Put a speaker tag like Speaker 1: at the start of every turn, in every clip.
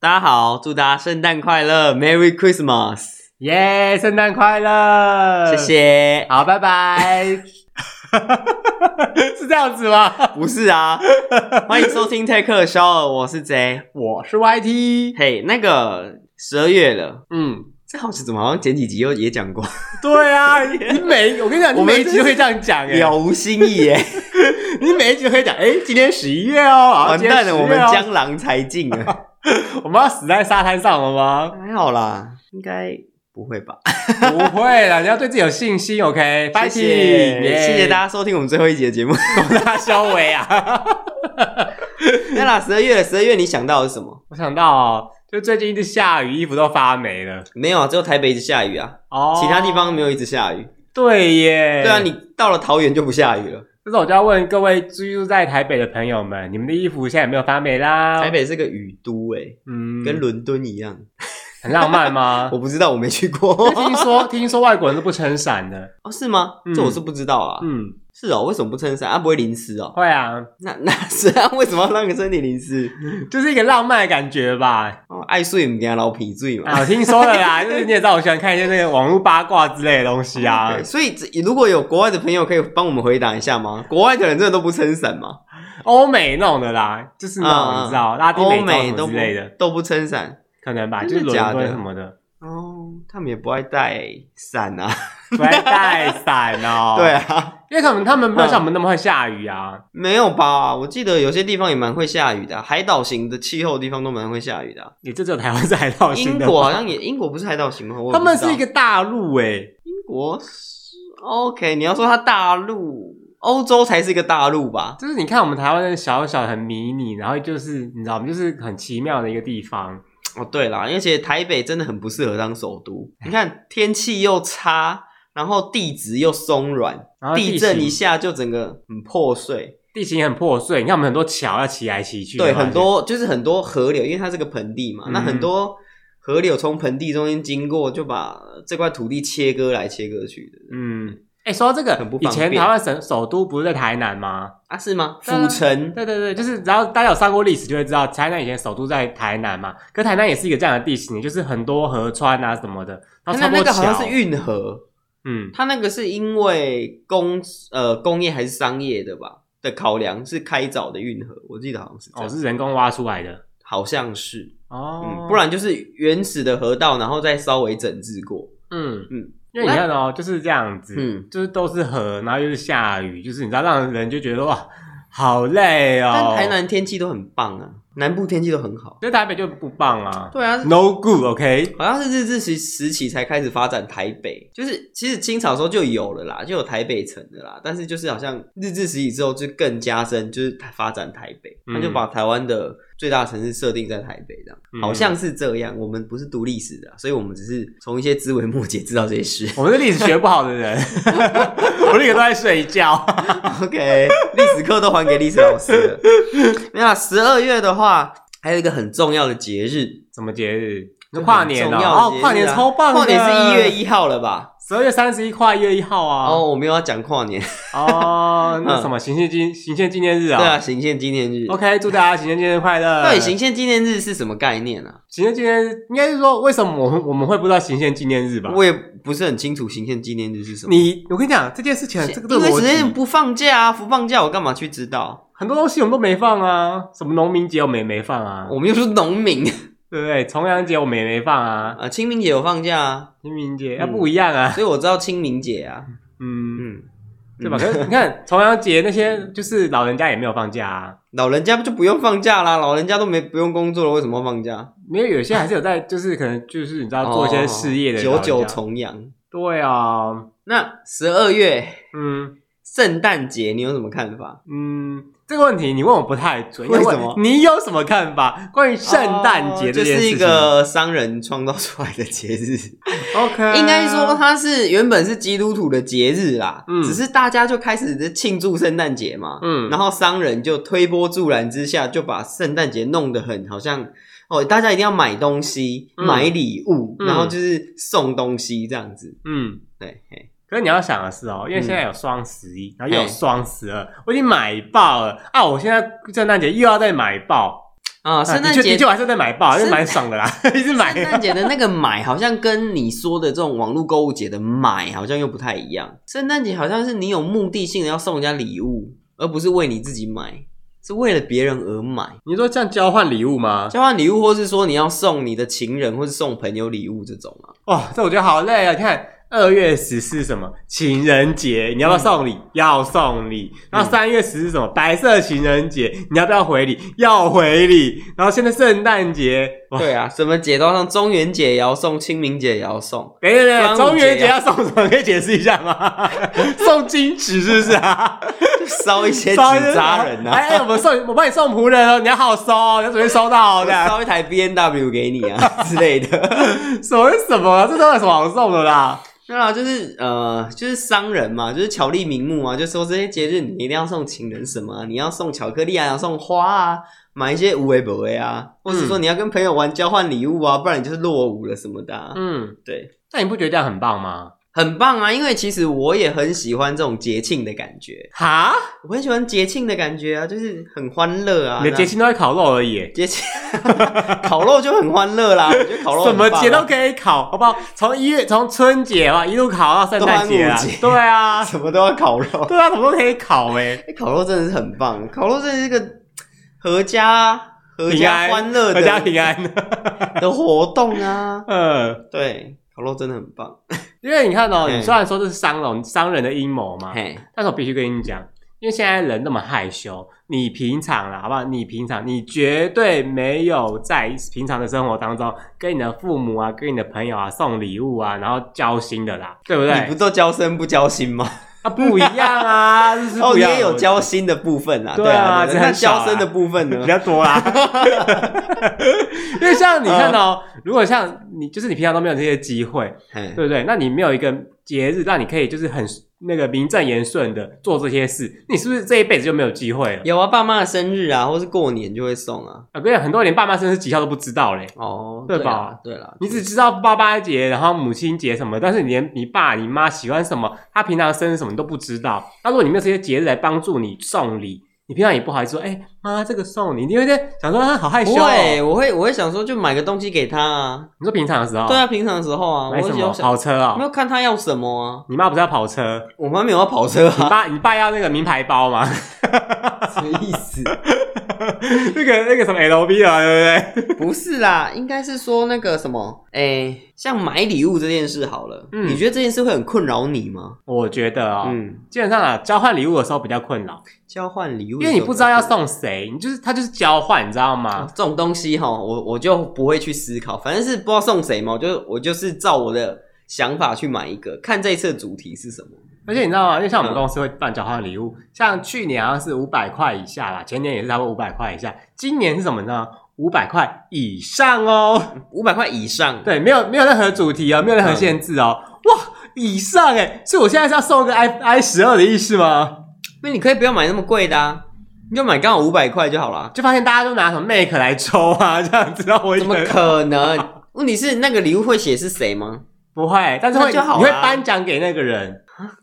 Speaker 1: 大家好，祝大家圣诞快乐，Merry Christmas！
Speaker 2: 耶！圣诞快乐！
Speaker 1: 谢。谢。
Speaker 2: 好，拜拜。是这样子吗？
Speaker 1: 不是 啊，欢迎收听 Take a Shower，我是 J。
Speaker 2: 我是 YT。
Speaker 1: 嘿、那个十二月了，
Speaker 2: 嗯，
Speaker 1: 这好像怎么好像前几集又也讲过，
Speaker 2: 对 啊，你每我跟你讲，你
Speaker 1: 我们
Speaker 2: 每一集都会这样讲哎、
Speaker 1: 了无新意耶，
Speaker 2: 你每一集都会讲哎、今天十一月哦， 好
Speaker 1: 完蛋了，我们
Speaker 2: 将
Speaker 1: 江郎才尽 了。
Speaker 2: 我们要死在沙滩上了 吗？
Speaker 1: 还好啦，应该不会吧？
Speaker 2: 不会啦，你要对自己有信心，OK？拜
Speaker 1: 谢谢，谢谢大
Speaker 2: 家，
Speaker 1: 家收听我们最后一集的 节目。
Speaker 2: 大肖伟啊！
Speaker 1: 那啦，十二月了，十二月你想到的是什么？
Speaker 2: 我想到、哦，就最近一直下雨，衣服都发霉了。
Speaker 1: 没有啊，只有台北一直下雨啊，
Speaker 2: 哦，
Speaker 1: 其他地方没有一直下雨。
Speaker 2: 对耶，
Speaker 1: 对啊，你到了桃园就不下雨了。
Speaker 2: 这时候我就要问各位居住在台北的朋友们，你们的衣服现在有没有发霉啦？
Speaker 1: 台，北是个雨都哎、
Speaker 2: 嗯，
Speaker 1: 跟伦敦一样。
Speaker 2: 很浪漫
Speaker 1: ？
Speaker 2: 吗
Speaker 1: 我不知道，我没去过。
Speaker 2: 听说听说外国人都不撑伞的，
Speaker 1: 哦，是吗？
Speaker 2: 嗯
Speaker 1: 这我是不知道啊。
Speaker 2: 嗯，
Speaker 1: 是哦，为什么不撑伞？啊，不会淋湿哦。
Speaker 2: 会啊，
Speaker 1: 那 那是啊，为什么要让你身体淋湿？
Speaker 2: 就是一个浪漫的感觉吧。
Speaker 1: 哦，爱睡唔惊老皮醉嘛。
Speaker 2: 啊，我听说了 啦，就是你也知道，我喜欢看一些那个网络八卦之类的东 西啊
Speaker 1: 对。所以这如果有国外的朋友可以帮我们回答一下吗？国外的人真的都不撑伞吗？
Speaker 2: 欧美那种的啦，就是那
Speaker 1: 嗯
Speaker 2: 种你知道拉丁
Speaker 1: 欧
Speaker 2: 美
Speaker 1: 美
Speaker 2: 洲
Speaker 1: 都
Speaker 2: 什么
Speaker 1: 不
Speaker 2: 之类的，
Speaker 1: 都不撑伞
Speaker 2: 可能吧，
Speaker 1: 真
Speaker 2: 就
Speaker 1: 的
Speaker 2: 是
Speaker 1: 假
Speaker 2: 伦
Speaker 1: 的
Speaker 2: 敦什么的，
Speaker 1: 哦，他们也不爱带伞啊。
Speaker 2: 不爱带伞 哦。
Speaker 1: 对，啊，
Speaker 2: 因为可能他们没有像我们那么会下雨 啊。
Speaker 1: 没有吧？我记得有些地方也蛮会下雨的啊、海岛型的气候的地方都蛮会下雨的啊、
Speaker 2: 你这只有台湾是海盗型
Speaker 1: 英
Speaker 2: 啊的，
Speaker 1: 国好像也，英国不是海岛型吗？我也
Speaker 2: 他们
Speaker 1: 不知道
Speaker 2: 是一个大陆诶、
Speaker 1: 英国是 OK，你要说它大陆，欧洲才是一个大陆吧？
Speaker 2: 就是你看我们台湾的小小很迷你，然后就是你知道，我们就是很奇妙的一个地方。
Speaker 1: 哦，对啦，而且台北真的很不适合当首都。你看天气又差，然后地质又松软，
Speaker 2: 然后
Speaker 1: 地震一
Speaker 2: 啊形
Speaker 1: 下就整个很破碎。
Speaker 2: 地形很破碎，你看我们很多桥要骑来骑去，
Speaker 1: 对，
Speaker 2: 有没有
Speaker 1: 很多就是很多河流，因为它是个盆地嘛，
Speaker 2: 嗯
Speaker 1: 那很多河流从盆地中间经过，就把这块土地切割来切割去的。
Speaker 2: 嗯。哎、说到这
Speaker 1: 很
Speaker 2: 个
Speaker 1: 不，
Speaker 2: 以
Speaker 1: 方便
Speaker 2: 前台湾省首都不是在台南吗？
Speaker 1: 啊，是吗？
Speaker 2: 对啊
Speaker 1: 府城
Speaker 2: 对对对，就是然后大家有上过历史就会知道，台南以前首都在台南嘛。可台南也是一个这样的地形，就是很多河川啊什么的，然
Speaker 1: 那
Speaker 2: 后超
Speaker 1: 那
Speaker 2: 多
Speaker 1: 个好像
Speaker 2: 桥
Speaker 1: 是。运河，
Speaker 2: 嗯，
Speaker 1: 它那个是因为工呃工业还是商业的吧的考量是开凿的运河，我记得好像是这
Speaker 2: 哦，
Speaker 1: 样，
Speaker 2: 是人工挖出来的
Speaker 1: 好像是，
Speaker 2: 哦、
Speaker 1: 嗯，不然就是原始的河道，然后再稍微整治过，
Speaker 2: 嗯
Speaker 1: 嗯
Speaker 2: 嗯，因为你看哦，就是这样子，
Speaker 1: 嗯
Speaker 2: 就是都是河，然后又是下雨，就是你知道，让人就觉得哇，好累哦。
Speaker 1: 但台，南天气都很棒啊，南部天气都很好，
Speaker 2: 在台北就不棒啊
Speaker 1: 对啊，
Speaker 2: ，no good，OK，、
Speaker 1: 好像是日治时时期才开始发展台北，就是其实清朝的时候就有了啦，就有台北城的啦，但是就是好像日治时期之后就更加深，就是发展台北，
Speaker 2: 嗯
Speaker 1: 他就把台湾的最大城市设定在台北这样，
Speaker 2: 嗯
Speaker 1: 好像是这样。我们不是读历史的啊、所以我们只是从一些枝微末节知道这些事。
Speaker 2: 我们是历史学不好的人，我那个都在睡觉。
Speaker 1: OK，历史课都还给历史老师了。没有啦，十二月的话，还有一个很重要的节日，
Speaker 2: 什么节日？
Speaker 1: 就很
Speaker 2: 跨年
Speaker 1: 重要
Speaker 2: 哦，
Speaker 1: 的节日啊
Speaker 2: 哦跨年超棒的，
Speaker 1: 跨年是一月，一号了吧？
Speaker 2: 十二月三十一跨一月一号啊。
Speaker 1: 哦，我们又要讲跨年。
Speaker 2: 哦，那什么行宪纪行宪纪念日啊？
Speaker 1: 对啊，行宪纪念日。
Speaker 2: OK，祝大家行宪纪念日快乐。
Speaker 1: 到底行宪纪念日是什么概念啊？
Speaker 2: 行宪纪念日应该是说，为什么我们我们会不知道行宪纪念日吧？
Speaker 1: 我也不是很清楚行宪纪念日是什么。
Speaker 2: 啊你我跟你讲这件事情，啊这个这
Speaker 1: 因
Speaker 2: 个
Speaker 1: 为
Speaker 2: 逻
Speaker 1: 时间
Speaker 2: 辑，
Speaker 1: 不放假啊，不放假我干嘛去知道？
Speaker 2: 很多东西我们都没放啊，什么农民节我们也没放啊，
Speaker 1: 我们又不是农民
Speaker 2: 对不对？重阳节我们也没放啊，
Speaker 1: 啊，清明节有放假啊，
Speaker 2: 清明节
Speaker 1: 嗯
Speaker 2: 要不一样啊，
Speaker 1: 所以我知道清明节啊，
Speaker 2: 嗯，
Speaker 1: 嗯，
Speaker 2: 对吧？可是你看重阳节那些就是老人家也没有放假啊，
Speaker 1: 老人家就不用放假啦，老人家都没不用工作了，为什么要放假？
Speaker 2: 没有有些还是有在，就是可能就是你知道做一些事业的
Speaker 1: 哦
Speaker 2: 老
Speaker 1: 九
Speaker 2: 人家
Speaker 1: 九，重阳。
Speaker 2: 对啊，
Speaker 1: 那十二月
Speaker 2: 嗯
Speaker 1: 圣诞节你有什么看法？
Speaker 2: 嗯。这个问题你问我不太准，因
Speaker 1: 为什么
Speaker 2: 问你有什么看法？关于圣诞节
Speaker 1: 哦
Speaker 2: 这
Speaker 1: 就
Speaker 2: 件事
Speaker 1: 是
Speaker 2: 情、
Speaker 1: 一个商人创造出来的节日。
Speaker 2: OK，
Speaker 1: 应该说它是原本是基督徒的节日啦，
Speaker 2: 啊嗯
Speaker 1: 只是大家就开始庆祝圣诞节嘛，
Speaker 2: 嗯
Speaker 1: 然后商人就推波助澜之下，就把圣诞节弄得很好像哦，大家一定要买东西、
Speaker 2: 嗯
Speaker 1: 买礼物，
Speaker 2: 嗯
Speaker 1: 然后就是送东西这样子，
Speaker 2: 嗯，
Speaker 1: 对，嘿
Speaker 2: 可是你要想的是哦，因为
Speaker 1: 嗯
Speaker 2: 现在有双十一，然后
Speaker 1: 嘿
Speaker 2: 又有双十二，我已经买爆了啊！我现在圣诞节又要再买爆，
Speaker 1: 啊，圣诞
Speaker 2: 的确
Speaker 1: 节
Speaker 2: 的确我还是在买爆，因为
Speaker 1: 圣
Speaker 2: 蛮爽 的啦，一直买
Speaker 1: 圣。诞节的那个买，好像跟你说的这种网络购物节的买，好像又不太一样。圣诞节好像是你有目的性的要送人家礼物，而不是为你自己买，是为了别人而买。
Speaker 2: 你说这样交换礼物吗？
Speaker 1: 交换礼物，或是说你要送你的情人，或是送朋友礼物这种啊。
Speaker 2: 哇，这我觉得好累啊！你看二月十是什么？情人节，你要不要
Speaker 1: 嗯
Speaker 2: 送礼？要送礼。然后三月十是什么？白色情人节，你要不要回礼？要回礼。然后现在圣诞节，哇，
Speaker 1: 对啊，什么节都上，中元节也要送，清明节也要送。
Speaker 2: 等一下等一下，
Speaker 1: 端午
Speaker 2: 中
Speaker 1: 节
Speaker 2: 元节
Speaker 1: 啊
Speaker 2: 要送什么？可以解释一下吗？ 送金纸是不是啊？
Speaker 1: 烧一些纸
Speaker 2: 烧一个
Speaker 1: 扎人啊，
Speaker 2: 哎哎，我们送，我帮你送仆人哦，你要好好收哦，你要准备收到哦，这样。
Speaker 1: 烧一台 B N W 给你啊之类的。
Speaker 2: 什么什么啊？这都有什么好送的啦？
Speaker 1: 对啊，就是呃，就是商人嘛，就是巧立名目啊，就说这些节日你一定要送情人什么啊、你要送巧克力啊，要送花啊，买一些无为不为啊，或者说你要跟朋友玩交换礼物啊，不然你就是落伍了什么的、啊。
Speaker 2: 嗯，
Speaker 1: 对，
Speaker 2: 那你不觉得这样很棒吗？
Speaker 1: 很棒啊，因为其实我也很喜欢这种节庆的感觉，
Speaker 2: 哈，
Speaker 1: 我很喜欢节庆的感觉啊，就是很欢乐啊。
Speaker 2: 你的节
Speaker 1: 庆
Speaker 2: 庆都在烤肉而已耶，
Speaker 1: 节庆烤肉就很欢乐啦，我觉得烤肉
Speaker 2: 什
Speaker 1: 很棒
Speaker 2: 么
Speaker 1: 啊
Speaker 2: 节都可以烤，好不好？从一月从春节啊一路烤到圣诞节啊
Speaker 1: 端午节，
Speaker 2: 对啊，
Speaker 1: 什么都要烤肉。
Speaker 2: 对啊，什么都可以烤 哎，
Speaker 1: 欸烤肉真的是很棒，烤肉真的是一个合家、合
Speaker 2: 平
Speaker 1: 家
Speaker 2: 安
Speaker 1: 欢乐
Speaker 2: 阖家
Speaker 1: 的
Speaker 2: 平安。
Speaker 1: 的活动啊。
Speaker 2: 嗯，
Speaker 1: 对，烤肉真的很棒。
Speaker 2: 因为你看哦，
Speaker 1: 嗯
Speaker 2: 你虽然说这是商人商人的阴谋嘛，
Speaker 1: 嘿，
Speaker 2: 但是我必须跟你讲，因为现在人那么害羞，你平常啦，好不好？你平常你绝对没有在平常的生活当中跟你的父母啊、跟你的朋友啊送礼物啊，然后交心的啦，对不对？
Speaker 1: 你不都交心不交心吗？
Speaker 2: 啊，不一样啊，就是
Speaker 1: 哦，
Speaker 2: 不一
Speaker 1: 你
Speaker 2: 样
Speaker 1: 也有交心的部分啊。
Speaker 2: 对啊
Speaker 1: 对啊，对
Speaker 2: 这
Speaker 1: 啊那
Speaker 2: 很少
Speaker 1: 交
Speaker 2: 啊
Speaker 1: 心的部分呢
Speaker 2: 比？较多啦。 因为像你
Speaker 1: 嗯
Speaker 2: 看哦，如果像你，就是你平常都没有这些机会，
Speaker 1: 嘿
Speaker 2: 对不对？那你没有一个节日让你可以就是很那个名正言顺的做这些事，你是不是这一辈子就没有机会了？
Speaker 1: 有啊，爸妈的生日啊，或是过年就会送啊。
Speaker 2: 我跟你讲，很多人连爸妈生日几号都不知道嘞。
Speaker 1: 哦，
Speaker 2: 对
Speaker 1: 对啦
Speaker 2: 吧？
Speaker 1: 对啦，
Speaker 2: 你只知道爸爸节，然后母亲节什么，但是你连你爸、你妈喜欢什么，他平常生日什么你都不知道。那如果你没有这些节日来帮助你送礼，你平常也不好意思说，哎、妈，这个送你，你会在想说啊，好害羞、
Speaker 1: 不
Speaker 2: 哦。
Speaker 1: 会，我会我会想说，就买个东西给他啊。
Speaker 2: 你说平常的时候，
Speaker 1: 对啊，平常的时候啊，我
Speaker 2: 买
Speaker 1: 会
Speaker 2: 什么
Speaker 1: 有想
Speaker 2: 跑车啊、
Speaker 1: 没有看他要什么啊。
Speaker 2: 你妈不是要跑车，
Speaker 1: 我妈没有要跑车
Speaker 2: 你
Speaker 1: 啊，
Speaker 2: 爸你爸要那个名牌包吗？
Speaker 1: 什 么意思？
Speaker 2: 那个那个什么 LV 啊，对不对？
Speaker 1: 不是啦，应该是说那个什么，哎、像买礼物这件事好了，
Speaker 2: 嗯
Speaker 1: 你觉得这件事会很困扰你吗？
Speaker 2: 我觉得哦，
Speaker 1: 嗯，
Speaker 2: 基本上啊，交换礼物的时候比较困扰，
Speaker 1: 交换礼物的
Speaker 2: 因
Speaker 1: 时候，
Speaker 2: 为你不知道要送谁，你就是他就是交换，你知道吗？
Speaker 1: 啊这种东西哈，我我就不会去思考，反正是不知道送谁嘛，我就我就是照我的想法去买一个，看这一次的主题是什么。
Speaker 2: 而且你知道吗？因为像
Speaker 1: 嗯
Speaker 2: 我们公司会办交换礼物，像去年好像是五百块以下啦，前年也是差不多五百块以下，今年是什么呢？五百块以上哦。
Speaker 1: 五百块以上，
Speaker 2: 对，没有没有任何主题哦，没有
Speaker 1: 嗯
Speaker 2: 任何限制哦。哇，以上哎，所以我现在是要送个 i i 十二的意思吗？
Speaker 1: 那你可以不要买那么贵的啊，你就买刚好五百块就好 啦。
Speaker 2: 就发现大家都拿什么 Make 来抽啊，这样子让我一
Speaker 1: 怎
Speaker 2: 个
Speaker 1: 么
Speaker 2: 人
Speaker 1: 可能？问题是那个礼物会写是谁吗？
Speaker 2: 不会，但是会
Speaker 1: 那就好啊
Speaker 2: 你会颁奖给那个人。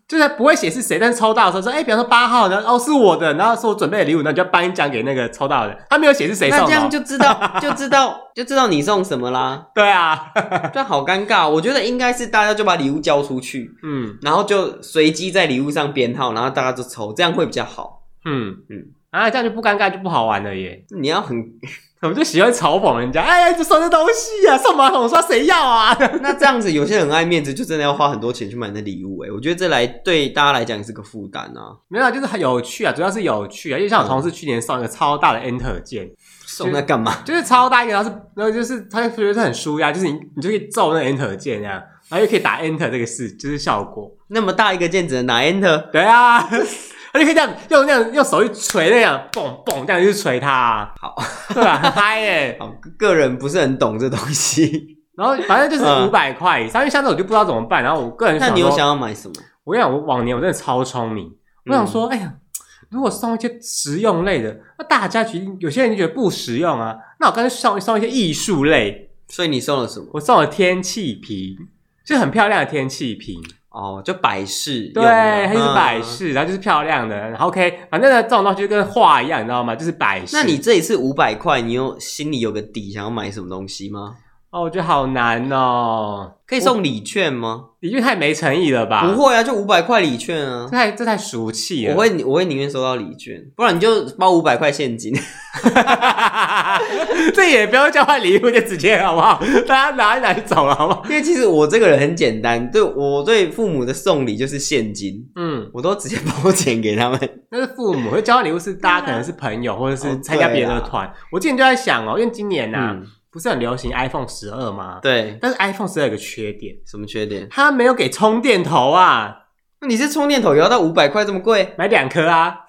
Speaker 2: 就是不会写是谁，但是抽到的时候说，哎、比方说八号，然后哦是我的，然后是我准备的礼物，那你就要颁奖给那个抽到的人。他没有写是谁送
Speaker 1: 那
Speaker 2: 的哦、
Speaker 1: 这样就知道， 就知道，就知道你送什么啦。
Speaker 2: 对啊，
Speaker 1: 这好尴尬，啊我觉得应该是大家就把礼物交出去，
Speaker 2: 嗯
Speaker 1: 然后就随机在礼物上编号，然后大家就抽，这样会比较好。
Speaker 2: 嗯
Speaker 1: 嗯
Speaker 2: 嗯，啊，这样就不尴尬，就不好玩了耶。
Speaker 1: 你要很，
Speaker 2: 我们就喜欢嘲讽人家，哎，这送这东西呀、送马桶刷谁要啊？
Speaker 1: 那这样子，有些人很爱面子，就真的要花很多钱去买那礼物、欸。哎，我觉得这来对大家来讲也是个负担啊，
Speaker 2: 没有啊，就是很有趣啊，主要是有趣啊。因为像我同事去年送一个超大的 Enter 键，
Speaker 1: 送那干嘛？
Speaker 2: 就是超大一个，然后是然后就是他就觉得很舒压，就是你你就可以揍那个 Enter 键这样，然后又可以打 Enter 这个事，就是效果。
Speaker 1: 那么大一个键只能拿 Enter，
Speaker 2: 对啊， 他就可以这样用那样用手去捶那样，嘣嘣这样去捶它、啊。
Speaker 1: 好，
Speaker 2: 对吧、很嗨耶、
Speaker 1: 好，个人不是很懂这东西。
Speaker 2: 然后反正就是
Speaker 1: 嗯
Speaker 2: 五百块以上，因为像这种就不知道怎么办。然后我个人
Speaker 1: 那
Speaker 2: 想
Speaker 1: 你有
Speaker 2: 说，
Speaker 1: 想要买什么？
Speaker 2: 我跟你讲，我往年我真的超聪明，我想
Speaker 1: 嗯
Speaker 2: 说，哎呀，如果送一些实用类的，那大家觉得有些人就觉得不实用啊，那我干脆送送一些艺术类，
Speaker 1: 所以你送了什么？
Speaker 2: 我送了天气瓶，就很漂亮的天气瓶，
Speaker 1: 哦，就摆饰用的，
Speaker 2: 对，它就是摆
Speaker 1: 嗯。
Speaker 2: 饰，然后就是漂亮的，然后 OK，反正呢这种东西就跟画一样，你知道吗？就是摆饰。
Speaker 1: 那你这一次五百块，你有心里有个底，想要买什么东西吗？
Speaker 2: 哦，我觉得好难哦，
Speaker 1: 可以送礼券吗？
Speaker 2: 你因为太没诚意了吧？
Speaker 1: 不，会啊，就五百块礼券啊
Speaker 2: 这。太这太俗气了。
Speaker 1: 我会，我会宁愿收到礼券，不然你就包五百块现金。
Speaker 2: 这也不用交换礼物，就直接好不好？大家拿一拿就走了，好不好？
Speaker 1: 因为其实我这个人很简单，对我对父母的送礼就是现金，
Speaker 2: 嗯，
Speaker 1: 我都直接包钱给他 们。
Speaker 2: 那是父母会交换礼物是大家可能是朋友或者是参加别人的团。我之前就在想哦，因为今年呐、啊
Speaker 1: 嗯，
Speaker 2: 不是很流行 iPhone 十二吗？
Speaker 1: 对，
Speaker 2: 但是 iPhone 十二有个缺点，
Speaker 1: 什么缺点？
Speaker 2: 它没有给充电头啊，
Speaker 1: 那你是充电头也要到五百块这么贵？
Speaker 2: 买两颗啊。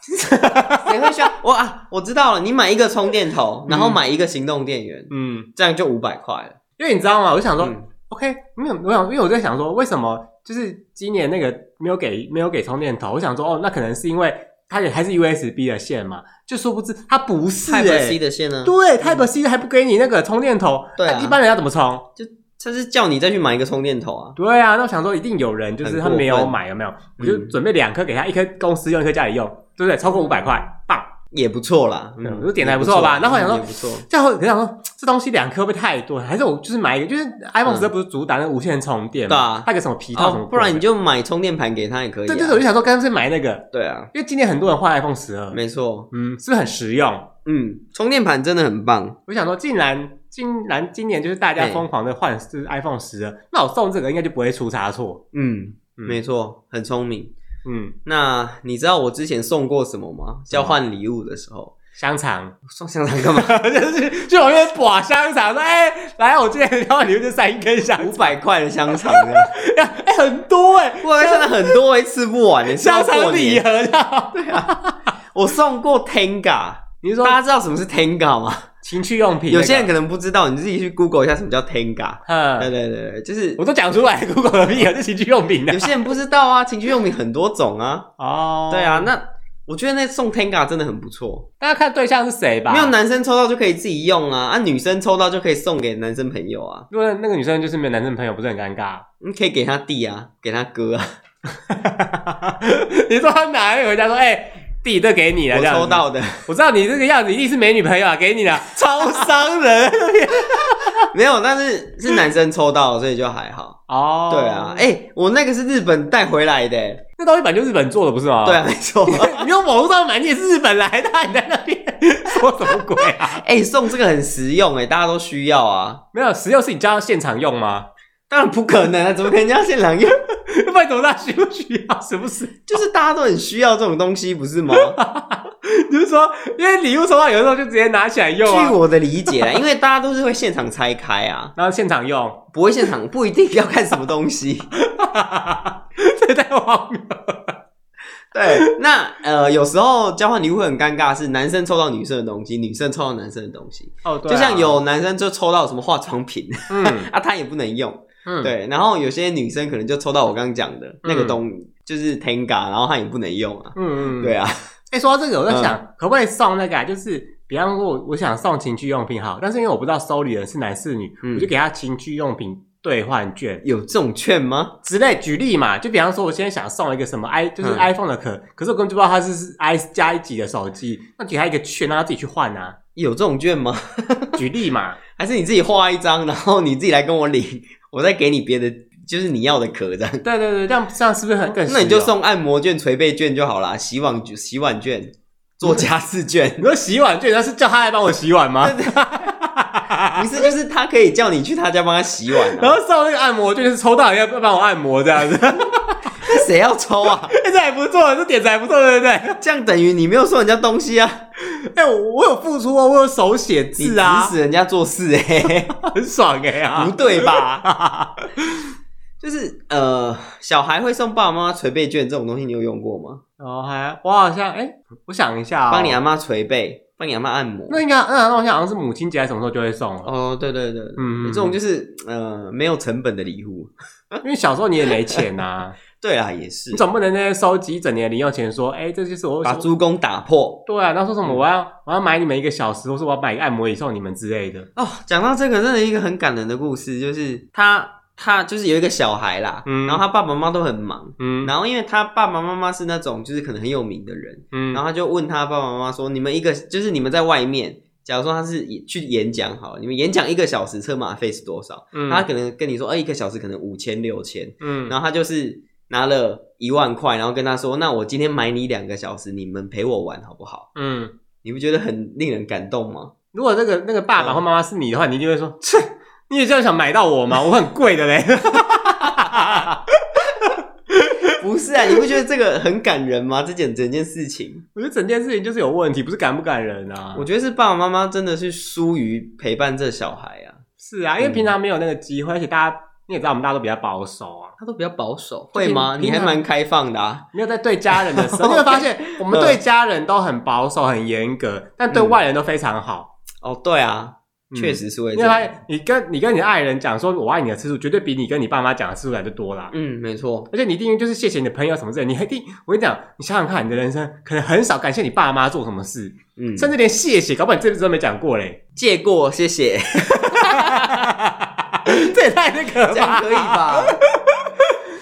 Speaker 1: 谁会需要？我啊，我知道了，你买一个充电头，然后买一个行动电源，
Speaker 2: 嗯，
Speaker 1: 这样就五百块了。
Speaker 2: 因为你知道吗？我就想说、
Speaker 1: 嗯
Speaker 2: o k 没有没有，因为我在想说，为什么就是今年那个没有给没有给充电头？我想说，哦，那可能是因为它也还是 USB 的线嘛，就殊不知它不是哎、
Speaker 1: Type C 的线呢？
Speaker 2: 对，Type C 还不给你那个充电头，
Speaker 1: 对啊
Speaker 2: 那一般人要怎么充？
Speaker 1: 他是叫你再去买一个充电头啊。
Speaker 2: 对啊，那我想说一定有人就是他没
Speaker 1: 很
Speaker 2: 有
Speaker 1: 过分
Speaker 2: 买，有没有？
Speaker 1: 嗯
Speaker 2: 我就准备两颗给他，一颗公司用，一颗家里用，对不对？超过五百块，棒！
Speaker 1: 也不错啦，
Speaker 2: 对
Speaker 1: 嗯
Speaker 2: 我就点得还不错吧
Speaker 1: 也
Speaker 2: 然后我想说
Speaker 1: 也不错，
Speaker 2: 最后我想说，这东西两颗会不会太多？还是我就是买一个，就是 iPhone
Speaker 1: 嗯
Speaker 2: 十不是主打那个无线充电
Speaker 1: 对
Speaker 2: 嘛
Speaker 1: 啊，
Speaker 2: 它有个什么皮套什么
Speaker 1: 哦，
Speaker 2: 鬼的，
Speaker 1: 不然你就买充电盘给他也可以、啊。
Speaker 2: 对对对，我就想说干脆买那个，
Speaker 1: 对啊，
Speaker 2: 因为今年很多人换 iPhone 十二，
Speaker 1: 没错，
Speaker 2: 嗯，是不是很实用？
Speaker 1: 嗯，充电盘真的很棒，
Speaker 2: 我想说，竟然竟然今年就是大家
Speaker 1: 嘿
Speaker 2: 疯狂的换就是 iPhone 十二，那我送这个应该就不会出差错，
Speaker 1: 嗯，
Speaker 2: 嗯
Speaker 1: 没错，很聪明。
Speaker 2: 嗯，
Speaker 1: 那你知道我之前送过什么吗？交换礼物的时候，
Speaker 2: 香肠。
Speaker 1: 送香肠干嘛？
Speaker 2: 就是去旁边刮香肠，说：“哎、来，我今天要你们就三根香
Speaker 1: 五
Speaker 2: 肠，
Speaker 1: 百块的香肠 啊，
Speaker 2: 哎、很多哎、
Speaker 1: 哇，真的很多，也吃不完耶，
Speaker 2: 香
Speaker 1: 吃到
Speaker 2: 肠
Speaker 1: 过年
Speaker 2: 礼 盒的。
Speaker 1: 对啊，我送过 Tenga，
Speaker 2: 你是
Speaker 1: 大
Speaker 2: 说
Speaker 1: 家知道什么是 Tenga 吗？
Speaker 2: 情趣用品那个、
Speaker 1: 有些人呃可能不知道，你自己去 Google 一下什么叫 Tenga。对
Speaker 2: 嗯，
Speaker 1: 对对，对就是
Speaker 2: 我都讲出来，Google 的屁啊，这情趣用品的
Speaker 1: 有些人不知道啊，情趣用品很多种啊。
Speaker 2: 哦。
Speaker 1: 对，啊，那我觉得那送 Tenga 真的很不错，
Speaker 2: 大家看对象是谁吧。
Speaker 1: 没有，男生抽到就可以自己用啊，啊女生抽到就可以送给男生朋友啊，
Speaker 2: 如果那个女生就是没有男生朋友，不是很尴尬？
Speaker 1: 你可以给他弟啊，给他哥啊，
Speaker 2: 你说他拿回家说：“哎、弟，这给你了。”
Speaker 1: 我
Speaker 2: 这样子
Speaker 1: 抽，到 的，
Speaker 2: 我知道你这个样子一定是没女朋友啊，给你了，
Speaker 1: 超伤人。 没有，但是是男生抽到，所以就还好。
Speaker 2: 哦，
Speaker 1: 对啊，哎、我那个是日本带回来的、
Speaker 2: 那东西本来就日本做的，不是吗？
Speaker 1: 对啊，没错。
Speaker 2: 你用网络上买，你也是日本来的，你在那边说什么鬼 啊？
Speaker 1: 哎、送这个很实用、哎，大家都需要啊。
Speaker 2: 没有，十六是你家要现场用吗？
Speaker 1: 当然不可能啊，怎么可能这样现场用？
Speaker 2: 不然怎么大需不需要？是不是？
Speaker 1: 就是大家都很需要这种东西，不是吗？
Speaker 2: 啊你是说，因为礼物收到有的时候就直接拿起来用啊
Speaker 1: 据，我的理解啊，因为大家都是会现场拆开啊，
Speaker 2: 然后现场用，
Speaker 1: 不会现场不一定要看什么东西。
Speaker 2: 这太荒谬了。
Speaker 1: 对， 那呃，有时候交换礼物会很尴尬，是男生抽到女生的东西，女生抽到男生的东西。
Speaker 2: 哦，对啊
Speaker 1: 就像，有男生就抽到什么化妆品
Speaker 2: 嗯
Speaker 1: 啊，他也不能用。
Speaker 2: 嗯，
Speaker 1: 对，然后有些女生可能就抽到我刚刚讲的那个东，就是 Tenga，然后她也不能用啊。
Speaker 2: 嗯，嗯嗯，
Speaker 1: 对啊，
Speaker 2: 哎、说到这个，
Speaker 1: 嗯
Speaker 2: 我在想、可不可以送那个、啊，就是比方说我我想送情趣用品好，但是因为我不知道收礼人是男是女，
Speaker 1: 嗯
Speaker 2: 我就给他情趣用品兑换券，
Speaker 1: 有这种券吗？
Speaker 2: 之类，举例嘛，就比方说，我现在想送一个什么 i 就是
Speaker 1: 嗯
Speaker 2: iPhone 的壳，可是我根本就不知道它是 i 加一几的手机，那给他一个券，让他自己去换啊。
Speaker 1: 有这种券吗？
Speaker 2: 举例嘛，
Speaker 1: 还是你自己画一张，然后你自己来跟我领，我再给你别的，就是你要的壳这样。
Speaker 2: 对对对，这样这样是不是很更？
Speaker 1: 那你就，送按摩券、捶背券就好啦，洗碗卷洗碗券、做家事券
Speaker 2: 你，说洗碗券，那是叫他来帮我洗碗吗？
Speaker 1: 不是就是他可以叫你去他家帮他洗碗
Speaker 2: 然
Speaker 1: 啊？
Speaker 2: 后送那个按摩券，就是抽到要要帮我按摩这样子， 哎、
Speaker 1: 那谁要抽啊？
Speaker 2: 这还不错，这点子还不错，对不对？哎、
Speaker 1: 这样等于你没有送人家东西啊，
Speaker 2: 我我有付出哦，我有手写
Speaker 1: 你
Speaker 2: 字啊
Speaker 1: 指，使人家做事 哎、
Speaker 2: 很爽哎、啊！
Speaker 1: 不对吧？ 就是呃，小孩会送爸爸妈妈捶背券这种东西，你有用过吗？
Speaker 2: 哦，还我好像哎、我想一下、哦，
Speaker 1: 帮你啊阿妈捶背，帮你阿妈按摩。
Speaker 2: 那应该啊那那我想好像是母亲节还是什么时候就会送了。
Speaker 1: 哦，对对对，
Speaker 2: 嗯
Speaker 1: 嗯，这种就是呃没有成本的礼物。
Speaker 2: 因为小时候你也没钱呐、
Speaker 1: 对啊，也 是
Speaker 2: 你总不能那些收集一整年零用钱说，哎、这就是我
Speaker 1: 把嗯猪公打破
Speaker 2: 对啊，然后说什么我要我要买你们一个小时，或是我要买一个按摩椅送你们之类的。
Speaker 1: 哦。讲到这个，真的一个很感人的故事，就是他。他就是有一个小孩啦，
Speaker 2: 嗯
Speaker 1: 然后他爸爸妈妈都很忙，
Speaker 2: 嗯
Speaker 1: 然后因为他爸爸妈妈是那种就是可能很有名的人，
Speaker 2: 嗯，
Speaker 1: 然后他就问他爸爸妈妈说：“你们一个就是你们在外面，假如说他是去演讲好了，你们演讲一个小时车马费是多少？
Speaker 2: 嗯
Speaker 1: 他可能跟你说，呃，一个小时可能五千六千，
Speaker 2: 嗯，
Speaker 1: 然后他就是拿了一万块，然后跟他说：那我今天买你两个小时，你们陪我玩好不好？
Speaker 2: 嗯，
Speaker 1: 你不觉得很令人感动吗？
Speaker 2: 如果那个那个爸
Speaker 1: 嗯
Speaker 2: 爸或妈妈是你的话，你一定会说， 切，你也这样想买到我吗？我很贵的嘞。
Speaker 1: 不是啊，你不觉得这个很感人吗？这件整件事情，
Speaker 2: 我觉得整件事情就是有问题，不是感不感人啊？
Speaker 1: 我觉得是爸爸妈妈真的是疏于陪伴这小孩啊，
Speaker 2: 是啊，因为
Speaker 1: 嗯
Speaker 2: 平常没有那个机会，而且大家你也知道，我们大家都比较保守啊，
Speaker 1: 他都比较保守，
Speaker 2: 就平
Speaker 1: 会吗？
Speaker 2: 平
Speaker 1: 你还
Speaker 2: 常
Speaker 1: 蛮开放的啊。”
Speaker 2: 没有在对家人的时候，
Speaker 1: OK
Speaker 2: 就会发现我们对家人都很保守、很严格，但对外人都非常好。
Speaker 1: 哦，对啊，
Speaker 2: 嗯
Speaker 1: 确，实是会
Speaker 2: 因
Speaker 1: 这
Speaker 2: 为
Speaker 1: 样。
Speaker 2: 发现你跟你跟你的爱人讲说“我爱你”的次数，绝对比你跟你爸妈讲的次数来的多啦。
Speaker 1: 嗯，没错，
Speaker 2: 而且你一定就是谢谢你的朋友什么之类，你一定我跟你讲，你想想看，你的人生可能很少感谢你爸妈做什么事，
Speaker 1: 嗯，
Speaker 2: 甚至连谢谢，搞不好你这辈子都没讲过嘞。
Speaker 1: 借过，谢谢，
Speaker 2: 这也太那个了 吧，
Speaker 1: 这样可以吧？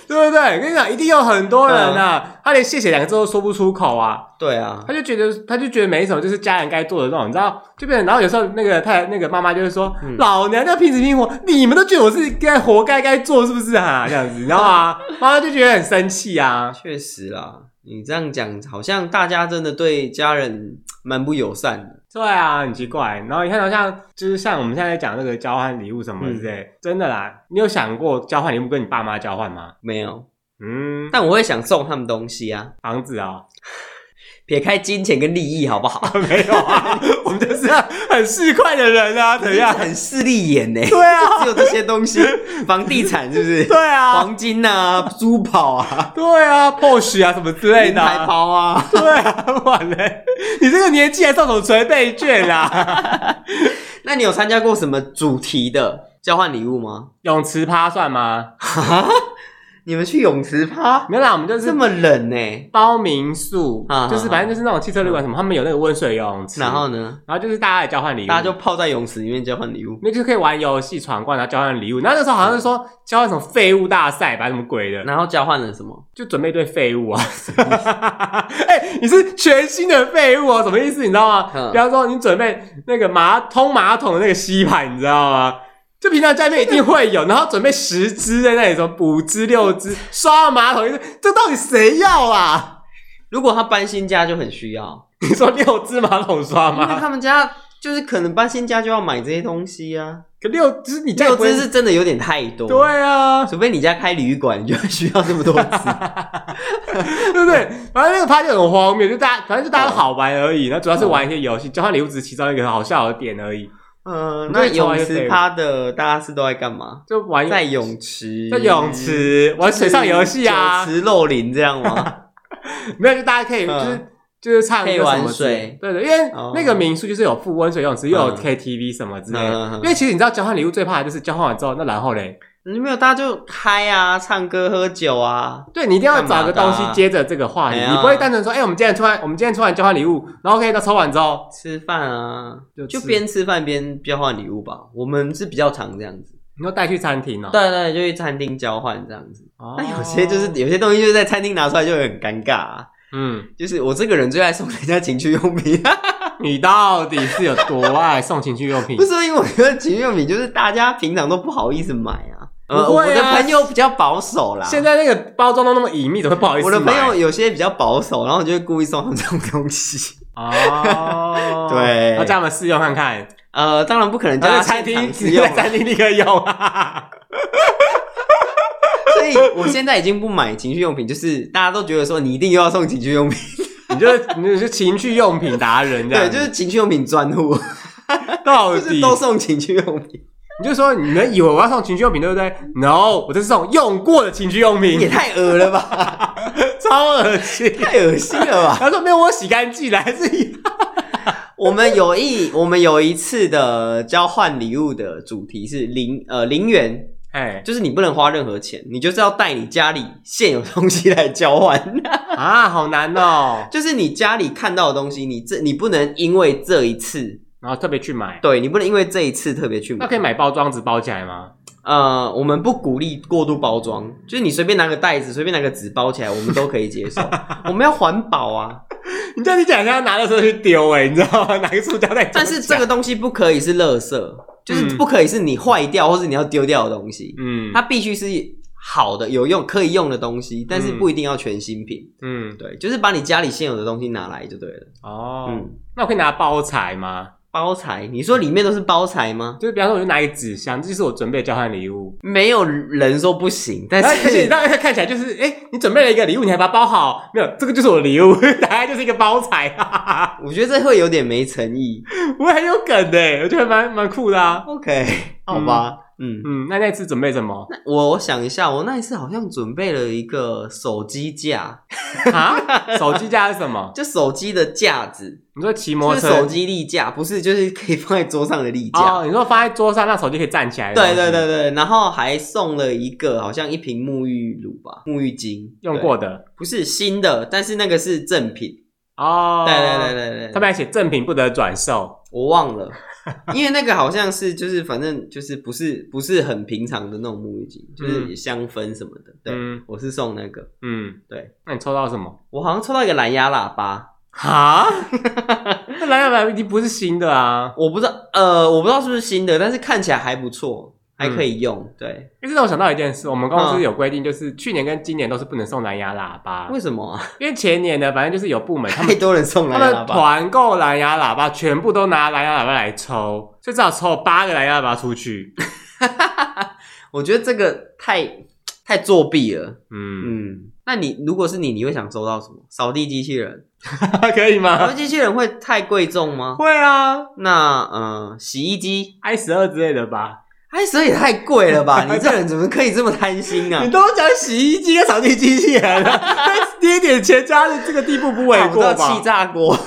Speaker 2: 对不对？跟你讲，一定有很多人啊，他连谢谢两个字都说不出口啊，
Speaker 1: 对啊
Speaker 2: 他，就觉得他就觉得没什么，就是家人该做的那种，你知道？就变成，然后有时候那个太那个妈妈就会说：“
Speaker 1: 嗯
Speaker 2: 老娘这拼死拼活，你们都觉得我是该活该该做是不是啊？”这样子，你知道吗？妈妈就觉得很生气啊。
Speaker 1: 确实啦，你这样讲，好像大家真的对家人蛮不友善的。
Speaker 2: 对啊，很奇怪。然后你看到像就是像我们现在在讲那个交换礼物什么
Speaker 1: 嗯
Speaker 2: 之类，真的啦，你有想过交换礼物跟你爸妈交换吗？
Speaker 1: 没有，
Speaker 2: 嗯，
Speaker 1: 但我会想送他们东西啊，
Speaker 2: 房子啊、
Speaker 1: 撇开金钱跟利益，好不好？
Speaker 2: 没有啊，我们就是很市侩的人啊，怎样？
Speaker 1: 很势利眼呢、
Speaker 2: 对啊，
Speaker 1: 只有这些东西，房地产是不是？
Speaker 2: 对啊，
Speaker 1: 黄金啊，珠宝啊，
Speaker 2: 对啊，Porsche 啊什么之类
Speaker 1: 名
Speaker 2: 的
Speaker 1: 牌
Speaker 2: 啊、
Speaker 1: 包啊，
Speaker 2: 对啊，完嘞，你这个年纪还送什么捶背券啊？
Speaker 1: 那你有参加过什么主题的交换礼物吗？
Speaker 2: 泳池趴算吗？
Speaker 1: 哈，你们去泳池趴？
Speaker 2: 没有啦，我们就是
Speaker 1: 这么冷呢、欸
Speaker 2: 包民宿
Speaker 1: 啊，
Speaker 2: 就是反正就是那种汽车旅馆什么，他们有那个温水游泳池，
Speaker 1: 然后呢？
Speaker 2: 嗯然后就是大家来交换礼物，
Speaker 1: 大家就泡在泳池里面交换礼物。
Speaker 2: 那就可以玩游戏闯关，然后交换礼物。然后那时候好像是说交换什么废物大赛吧，什么鬼的，
Speaker 1: 然后交换了什么？
Speaker 2: 就准备一堆废物啊！ 哎、你是全新的废物哦，什么意思？你知道吗？
Speaker 1: 嗯
Speaker 2: 比方说你准备那个马通马桶的那个吸盘，你知道吗？就平常家里面一定会 有，然后准备十支在那里，什么五支、六支，刷马桶一支，这到底谁要啊？
Speaker 1: 如果他搬新家就很需 要，
Speaker 2: 你说六支马桶刷
Speaker 1: 因为
Speaker 2: 吗？
Speaker 1: 他们家就是可能搬新家就要买这些东西啊。
Speaker 2: 可六支你家也
Speaker 1: 六
Speaker 2: 不会
Speaker 1: 只是真的有点太多，，
Speaker 2: 对啊，
Speaker 1: 除非你家开旅馆，你就会需要这么多 只。
Speaker 2: 对不对？反正那个趴就很荒谬，就大家反正就大家好玩而已，然后主要是玩一些游戏，交换礼物只是其中一个好笑的点而已，
Speaker 1: 嗯，
Speaker 2: 你
Speaker 1: 那
Speaker 2: 这个超
Speaker 1: 泳
Speaker 2: 爱废
Speaker 1: 池
Speaker 2: 物
Speaker 1: 趴的大家是都在干嘛？
Speaker 2: 就玩一
Speaker 1: 在泳池，
Speaker 2: 在泳池玩水上游戏啊
Speaker 1: 嗯酒，池肉林这样吗？
Speaker 2: 没有就大家可以就是、
Speaker 1: 嗯
Speaker 2: 就是唱歌
Speaker 1: 可以玩
Speaker 2: 什么之类
Speaker 1: 水
Speaker 2: 对对，因为
Speaker 1: 哦
Speaker 2: 那个民宿就是有附温水泳池，又有
Speaker 1: 嗯
Speaker 2: KTV 什么之类的。
Speaker 1: 嗯嗯嗯
Speaker 2: 因为其实你知道交换礼物最怕的就是交换完之后，那然后嘞，
Speaker 1: 你嗯没有，大家就嗨啊，唱歌喝酒啊。
Speaker 2: 对你一定要找个东
Speaker 1: 干嘛
Speaker 2: 西
Speaker 1: 的啊
Speaker 2: 接着这个话题，
Speaker 1: 哎呀
Speaker 2: 你不会单纯说，哎、我们今天突然我们今天突然交换礼物，然后 OK，那抽完之后
Speaker 1: 吃饭啊，
Speaker 2: 就
Speaker 1: 就
Speaker 2: 吃
Speaker 1: 边吃饭边交换礼物吧。我们是比较常这样子，
Speaker 2: 你就带去餐厅哦。
Speaker 1: 对对，就去餐厅交换这样子。
Speaker 2: 哦
Speaker 1: 那有些就是有些东西就是在餐厅拿出来就会很尴尬、啊，
Speaker 2: 嗯，
Speaker 1: 就是我这个人最爱送人家情趣用品，
Speaker 2: 你到底是有多爱送情趣用品
Speaker 1: 不？是因为我觉得情趣用品就是大家平常都不好意思买啊。呃，
Speaker 2: 不
Speaker 1: 我
Speaker 2: 会啊
Speaker 1: 的朋友比较保守啦，
Speaker 2: 现在那个包装都那么隐秘，怎么会不好意思
Speaker 1: 我的朋友
Speaker 2: 买
Speaker 1: 有些比较保守，然后我就会故意送他们这种东西。，
Speaker 2: 哦
Speaker 1: 对
Speaker 2: 那叫他们试用看看。
Speaker 1: 呃，当然不可能叫
Speaker 2: 然后
Speaker 1: 他
Speaker 2: 在餐厅，
Speaker 1: 使用
Speaker 2: 在，餐厅立刻用啊！
Speaker 1: 所以我现在已经不买情趣用品，就是大家都觉得说你一定又要送情趣用品，
Speaker 2: 你就是你就是情趣用品达人这样
Speaker 1: 对，
Speaker 2: 子，
Speaker 1: 就是情趣用品专户，
Speaker 2: 到
Speaker 1: 就
Speaker 2: 底
Speaker 1: 是都送情趣用品，
Speaker 2: 你就说你们以为我要送情趣用品对不对？No，我这是送用过的情趣用
Speaker 1: 也
Speaker 2: 品，
Speaker 1: 太恶了吧，
Speaker 2: 超恶心。
Speaker 1: 太恶心了吧。
Speaker 2: 他说没有，我洗干净了，还是一样
Speaker 1: 我们有一我们有一次的交换礼物的主题是零呃零元，
Speaker 2: 哎
Speaker 1: 就是你不能花任何钱，你就是要带你家里现有东西来交换，
Speaker 2: 啊，好难哦。
Speaker 1: 就是你家里看到的东西，你这你不能因为这一次，
Speaker 2: 然后特别去买，
Speaker 1: 对你不能因为这一次特别去买
Speaker 2: 那可，以买包装纸包起来吗？
Speaker 1: 呃，我们不鼓励过度包装，就是你随便拿个袋子，随便拿个纸包起来，我们都可以接受。我们要环保啊，
Speaker 2: 你知道你讲一下拿的时候去丢哎、你知道吗？ 拿个塑胶袋丢起来，
Speaker 1: 但是这个东西不可以是垃圾，就是
Speaker 2: 嗯
Speaker 1: 不可以是你坏掉或是你要丢掉的东西，
Speaker 2: 嗯
Speaker 1: 它必须是好的、有用、可以用的东西，但是不一定要全新品。
Speaker 2: 嗯
Speaker 1: 对，就是把你家里现有的东西拿来就对了。
Speaker 2: 哦，
Speaker 1: 嗯，
Speaker 2: 那我可以拿包材吗？
Speaker 1: 包材，你说里面都是包材吗？
Speaker 2: 就是比方说，我就拿一个纸箱，这就是我准备的交换礼物。
Speaker 1: 没有人说不行，但
Speaker 2: 然后哎而且你知
Speaker 1: 是
Speaker 2: 道它看起来就是，哎、你准备了一个礼物，你还把它包好，没有？这个就是我的礼物， 打开就是一个包材，哈哈哈
Speaker 1: 我觉得这会有点没诚意。
Speaker 2: 我很有梗的、欸我觉得蛮蛮酷的啊。
Speaker 1: OK，好 吧，嗯
Speaker 2: 嗯，那那次准备什么
Speaker 1: 我我想一下，我那一次好像准备了一个手机架，
Speaker 2: 啊？手机架是什么？
Speaker 1: 就手机的架子，
Speaker 2: 你说骑摩
Speaker 1: 就
Speaker 2: 托
Speaker 1: 是
Speaker 2: 车？
Speaker 1: 手机立架，不是就是可以放在桌上的立架。
Speaker 2: 哦，你说放在桌上，让手机可以站起来。
Speaker 1: 对对对，对，然后还送了一个好像一瓶沐浴乳吧，沐浴巾
Speaker 2: 用过，的
Speaker 1: 对不是新的，但是那个是正品。
Speaker 2: 哦。
Speaker 1: 对对对对对，
Speaker 2: 上面还写正品不得转售。
Speaker 1: 我忘了，因为那个好像是就是反正就是不是不是很平常的那种沐浴巾，就是香氛什么的。对，
Speaker 2: 嗯
Speaker 1: 我是送那个，
Speaker 2: 嗯，
Speaker 1: 对
Speaker 2: 那你抽到什么？
Speaker 1: 我好像抽到一个蓝牙喇叭。
Speaker 2: 哈， 那蓝牙版已经不是新的啊，
Speaker 1: 我不知道，呃，我不知道是不是新的，但是看起来还不错，还可以
Speaker 2: 嗯
Speaker 1: 用。对，
Speaker 2: 因为这让我想到一件事，我们公司
Speaker 1: 嗯
Speaker 2: 有规定，就是去年跟今年都是不能送蓝牙喇叭
Speaker 1: 为，什么啊？
Speaker 2: 因为前年呢，反正就是有部门他
Speaker 1: 太
Speaker 2: 们
Speaker 1: 多人送
Speaker 2: 他
Speaker 1: 蓝牙喇
Speaker 2: 们
Speaker 1: 叭，
Speaker 2: 团购蓝牙喇叭，全部都拿蓝牙喇叭来抽，所以至少抽了八个蓝牙喇叭出去。
Speaker 1: 我觉得这个太太作弊了。
Speaker 2: 嗯，
Speaker 1: 嗯，那你如果是你，你会想收到什么？扫地机器人？
Speaker 2: 可以
Speaker 1: 扫
Speaker 2: 吗？
Speaker 1: 地机器人会太贵重吗？
Speaker 2: 会啊
Speaker 1: 那呃，洗衣机，
Speaker 2: ，i 十二之类的 吧。
Speaker 1: 哎，所以太贵了 吧？你这人怎么可以这么贪心啊
Speaker 2: 你？都讲洗衣机跟扫地 机器人了，那跌点钱加的这个地步不为
Speaker 1: 啊我知
Speaker 2: 过
Speaker 1: 道
Speaker 2: 吧
Speaker 1: 气？炸锅，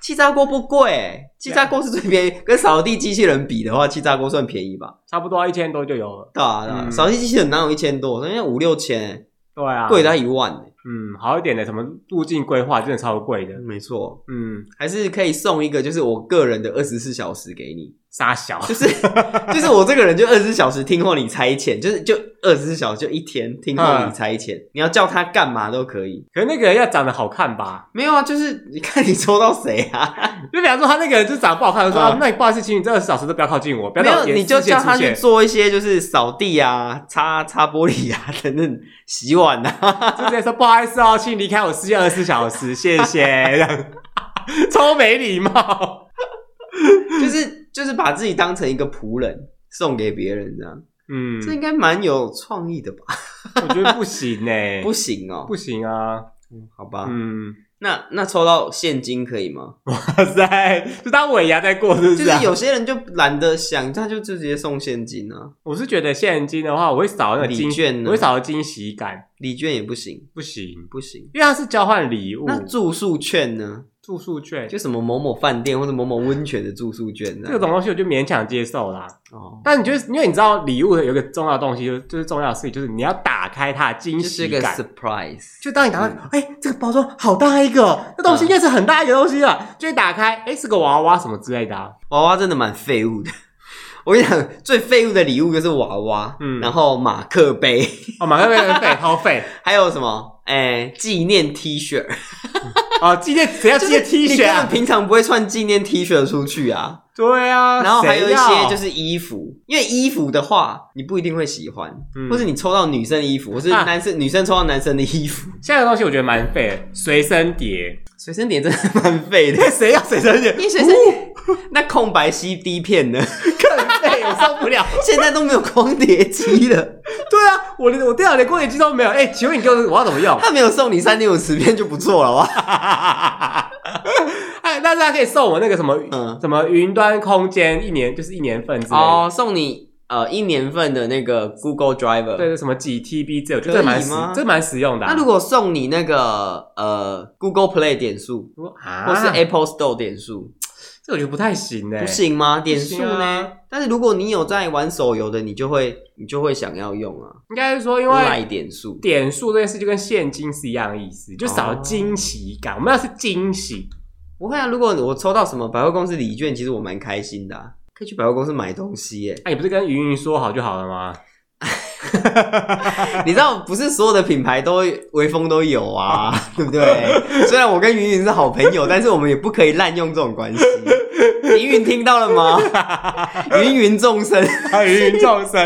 Speaker 1: 气炸锅不贵、气炸锅是最便宜。跟扫地机器人比的话，气炸锅算便宜吧？
Speaker 2: 差不多一千多就有了。
Speaker 1: 对啊，对啊
Speaker 2: 嗯
Speaker 1: 扫地机器人哪有一千多？人家五六千欸，
Speaker 2: 对啊，
Speaker 1: 贵到一万欸
Speaker 2: 嗯，好一点的什么路径规划真的超贵的。
Speaker 1: 没错，
Speaker 2: 嗯，
Speaker 1: 还是可以送一个，就是我个人的二十四小时给你，
Speaker 2: 傻小，
Speaker 1: 就是 就是我这个人就二十四小时听候你差遣，就是就二十四小时就一天听候
Speaker 2: 嗯
Speaker 1: 你差遣，你要叫他干嘛都可以。
Speaker 2: 可是那个人要长得好看吧？
Speaker 1: 没有啊，就是你看你抽到谁 啊？
Speaker 2: 就比方说他那个人就长得不好看，就说、
Speaker 1: 啊
Speaker 2: 啊，那你不好意思，请你这二十小时都不要靠近我，不要
Speaker 1: 没
Speaker 2: 在
Speaker 1: 有
Speaker 2: 我，眼
Speaker 1: 你就
Speaker 2: 视线
Speaker 1: 叫他
Speaker 2: 出现
Speaker 1: 去做一些就是扫地啊、擦擦玻璃啊 等等、洗碗啊。
Speaker 2: 就直接说不好意思哦，请你离开我视线二十四小时，谢谢。这样 超没礼貌。
Speaker 1: 就是就是把自己当成一个仆人送给别人这样，
Speaker 2: 嗯，
Speaker 1: 这应该蛮有创意的吧？
Speaker 2: 我觉得不行呢、欸
Speaker 1: 不行哦，
Speaker 2: 哎不行啊。
Speaker 1: 好吧。
Speaker 2: 嗯，
Speaker 1: 那那抽到现金可以吗？
Speaker 2: 哇塞，就当尾牙在过，是不、
Speaker 1: 啊就是
Speaker 2: 啊？
Speaker 1: 是有些人就懒得想，他就直接送现金啊，
Speaker 2: 我是觉得现金的话，我会少那个
Speaker 1: 礼
Speaker 2: 惊
Speaker 1: 券呢
Speaker 2: 我会少了惊喜感，
Speaker 1: 礼券也不行，
Speaker 2: 不行，
Speaker 1: 不行。
Speaker 2: 因为它是交换礼物，
Speaker 1: 那住宿券呢？
Speaker 2: 住宿券
Speaker 1: 就什啊么某某饭店或者某某温泉的住宿券呢？
Speaker 2: 这种东西我就勉强接受啦。
Speaker 1: 哦，
Speaker 2: 但你就是因为你知道礼物有一个重要的东西，就是就是重要的事情，就是你要打开它的惊
Speaker 1: 就是
Speaker 2: 喜
Speaker 1: 一个嗯
Speaker 2: 感。
Speaker 1: surprise。
Speaker 2: 就当你打开，哎、这个包装好大一个哦，那东西应该是很大一个东西啊。就一打开，哎、是个娃娃什么之类的、啊。
Speaker 1: 娃娃真的蛮废物的。 我跟你讲，最废物的礼物就是娃娃，
Speaker 2: 嗯
Speaker 1: 然后马克杯，
Speaker 2: 哦，马克杯很费，超费。
Speaker 1: 还有什么？哎、纪念 T 恤，
Speaker 2: 哦，今天谁要
Speaker 1: 就
Speaker 2: 今
Speaker 1: 是
Speaker 2: 天 T
Speaker 1: 你
Speaker 2: 恤
Speaker 1: 根本
Speaker 2: 啊？
Speaker 1: 平常不会穿纪念 T 恤出去啊。
Speaker 2: 对啊，
Speaker 1: 然后还有一些就是是衣服，因为衣服的话，你不一定会喜欢，
Speaker 2: 嗯
Speaker 1: 或是你抽到女生的衣服，或是
Speaker 2: 啊
Speaker 1: 男生、女生抽到男生的衣服，
Speaker 2: 下一个东西，我觉得蛮费的，随身碟。
Speaker 1: 随身碟真的蛮废 的。
Speaker 2: 谁要随 身碟
Speaker 1: 因？为随身碟，那空白 CD 片呢？
Speaker 2: 更费，我受不了。
Speaker 1: 现在都没有光碟机了，
Speaker 2: 对啊，我连我电脑连过眼机都没有。哎、请问你给我我要怎么用？
Speaker 1: 他没有送你三点五十片就不错了哇！
Speaker 2: 哎，但是他可以送我那个什么，
Speaker 1: 嗯
Speaker 2: 什么云端空间一年就是一年份之类的，
Speaker 1: 哦，送你呃一年份的那个 Google Driver。
Speaker 2: 对，对，什么几 TB 这，我觉
Speaker 1: 可
Speaker 2: 得
Speaker 1: 以
Speaker 2: 蛮实
Speaker 1: 吗，
Speaker 2: 这蛮实用的啊、
Speaker 1: 那如果送你那个呃 Google Play 点数，
Speaker 2: 果啊，
Speaker 1: 或是 Apple Store 点数，
Speaker 2: 这我觉得不太行呢、
Speaker 1: 不行吗？点数
Speaker 2: 不行
Speaker 1: 呢？
Speaker 2: 啊
Speaker 1: 但是如果你有在玩手游的，你就会你就会想要用啊，
Speaker 2: 应该是说因
Speaker 1: 赖
Speaker 2: 为。
Speaker 1: 点数。
Speaker 2: 点数这件事就跟现金是一样的意思，就
Speaker 1: 哦
Speaker 2: 少了惊喜感。我们要是惊喜，
Speaker 1: 不会啊，如果我抽到什么百货公司礼券，其实我蛮开心的、啊，可可以去百货公司买东西耶。
Speaker 2: 那、哎你不是跟云云说好就好了 吗？
Speaker 1: 你知道，不是所有的品牌都微风都有 啊，对不对？虽然我跟云云是好朋友，但是我们也不可以滥用这种关系。云云听到了吗？ 芸芸众生，
Speaker 2: 云云众生。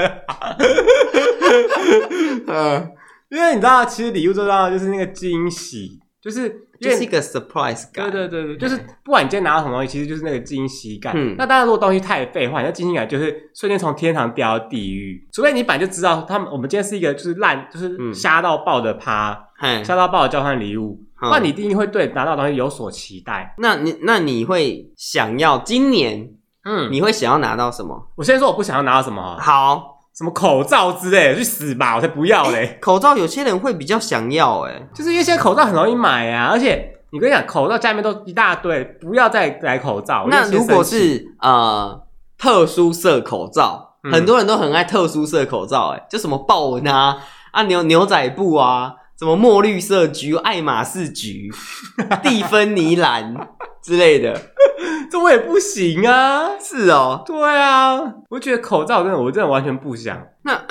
Speaker 1: 嗯，
Speaker 2: 因为你知道，其实礼物最重要的就是那个惊喜，就是因
Speaker 1: 就
Speaker 2: 为
Speaker 1: 是一个 surprise 感。
Speaker 2: 对对对对，就是不管你今天拿到什么东西，其实就是那个惊喜感。
Speaker 1: 嗯
Speaker 2: 那当然，如果东西太废话，你那惊喜感就是瞬间从天堂掉到地狱。除非你本来就知道他们，我们今天是一个就是烂，就
Speaker 1: 嗯
Speaker 2: 是瞎到爆的趴，
Speaker 1: 嗨，
Speaker 2: 瞎到爆的交换礼物，
Speaker 1: 嗯
Speaker 2: 那你一定会对拿到的东西有所期待。
Speaker 1: 那你那你会想要今年
Speaker 2: 嗯，
Speaker 1: 你会想要拿到什么？
Speaker 2: 我先说我不想要拿到什么啊，
Speaker 1: 好，
Speaker 2: 什么口罩之类的，去死吧！我才不要 嘞。
Speaker 1: 口罩有些人会比较想要，哎，
Speaker 2: 就是因为现在口罩很容易买啊，而且你跟你讲，口罩下面都一大堆，不要再来口罩。我就
Speaker 1: 那
Speaker 2: 哦先
Speaker 1: 如果
Speaker 2: 生气
Speaker 1: 是呃特殊色口罩，
Speaker 2: 嗯
Speaker 1: 很多人都很爱特殊色口罩，哎，就什么豹纹啊、啊牛牛仔布啊、什么墨绿色橘、爱马仕 橘、蒂芬尼蓝之类的，
Speaker 2: 这我也不行啊。
Speaker 1: 是哦。
Speaker 2: 对啊，我觉得口罩真的，我真的完全不想。
Speaker 1: 那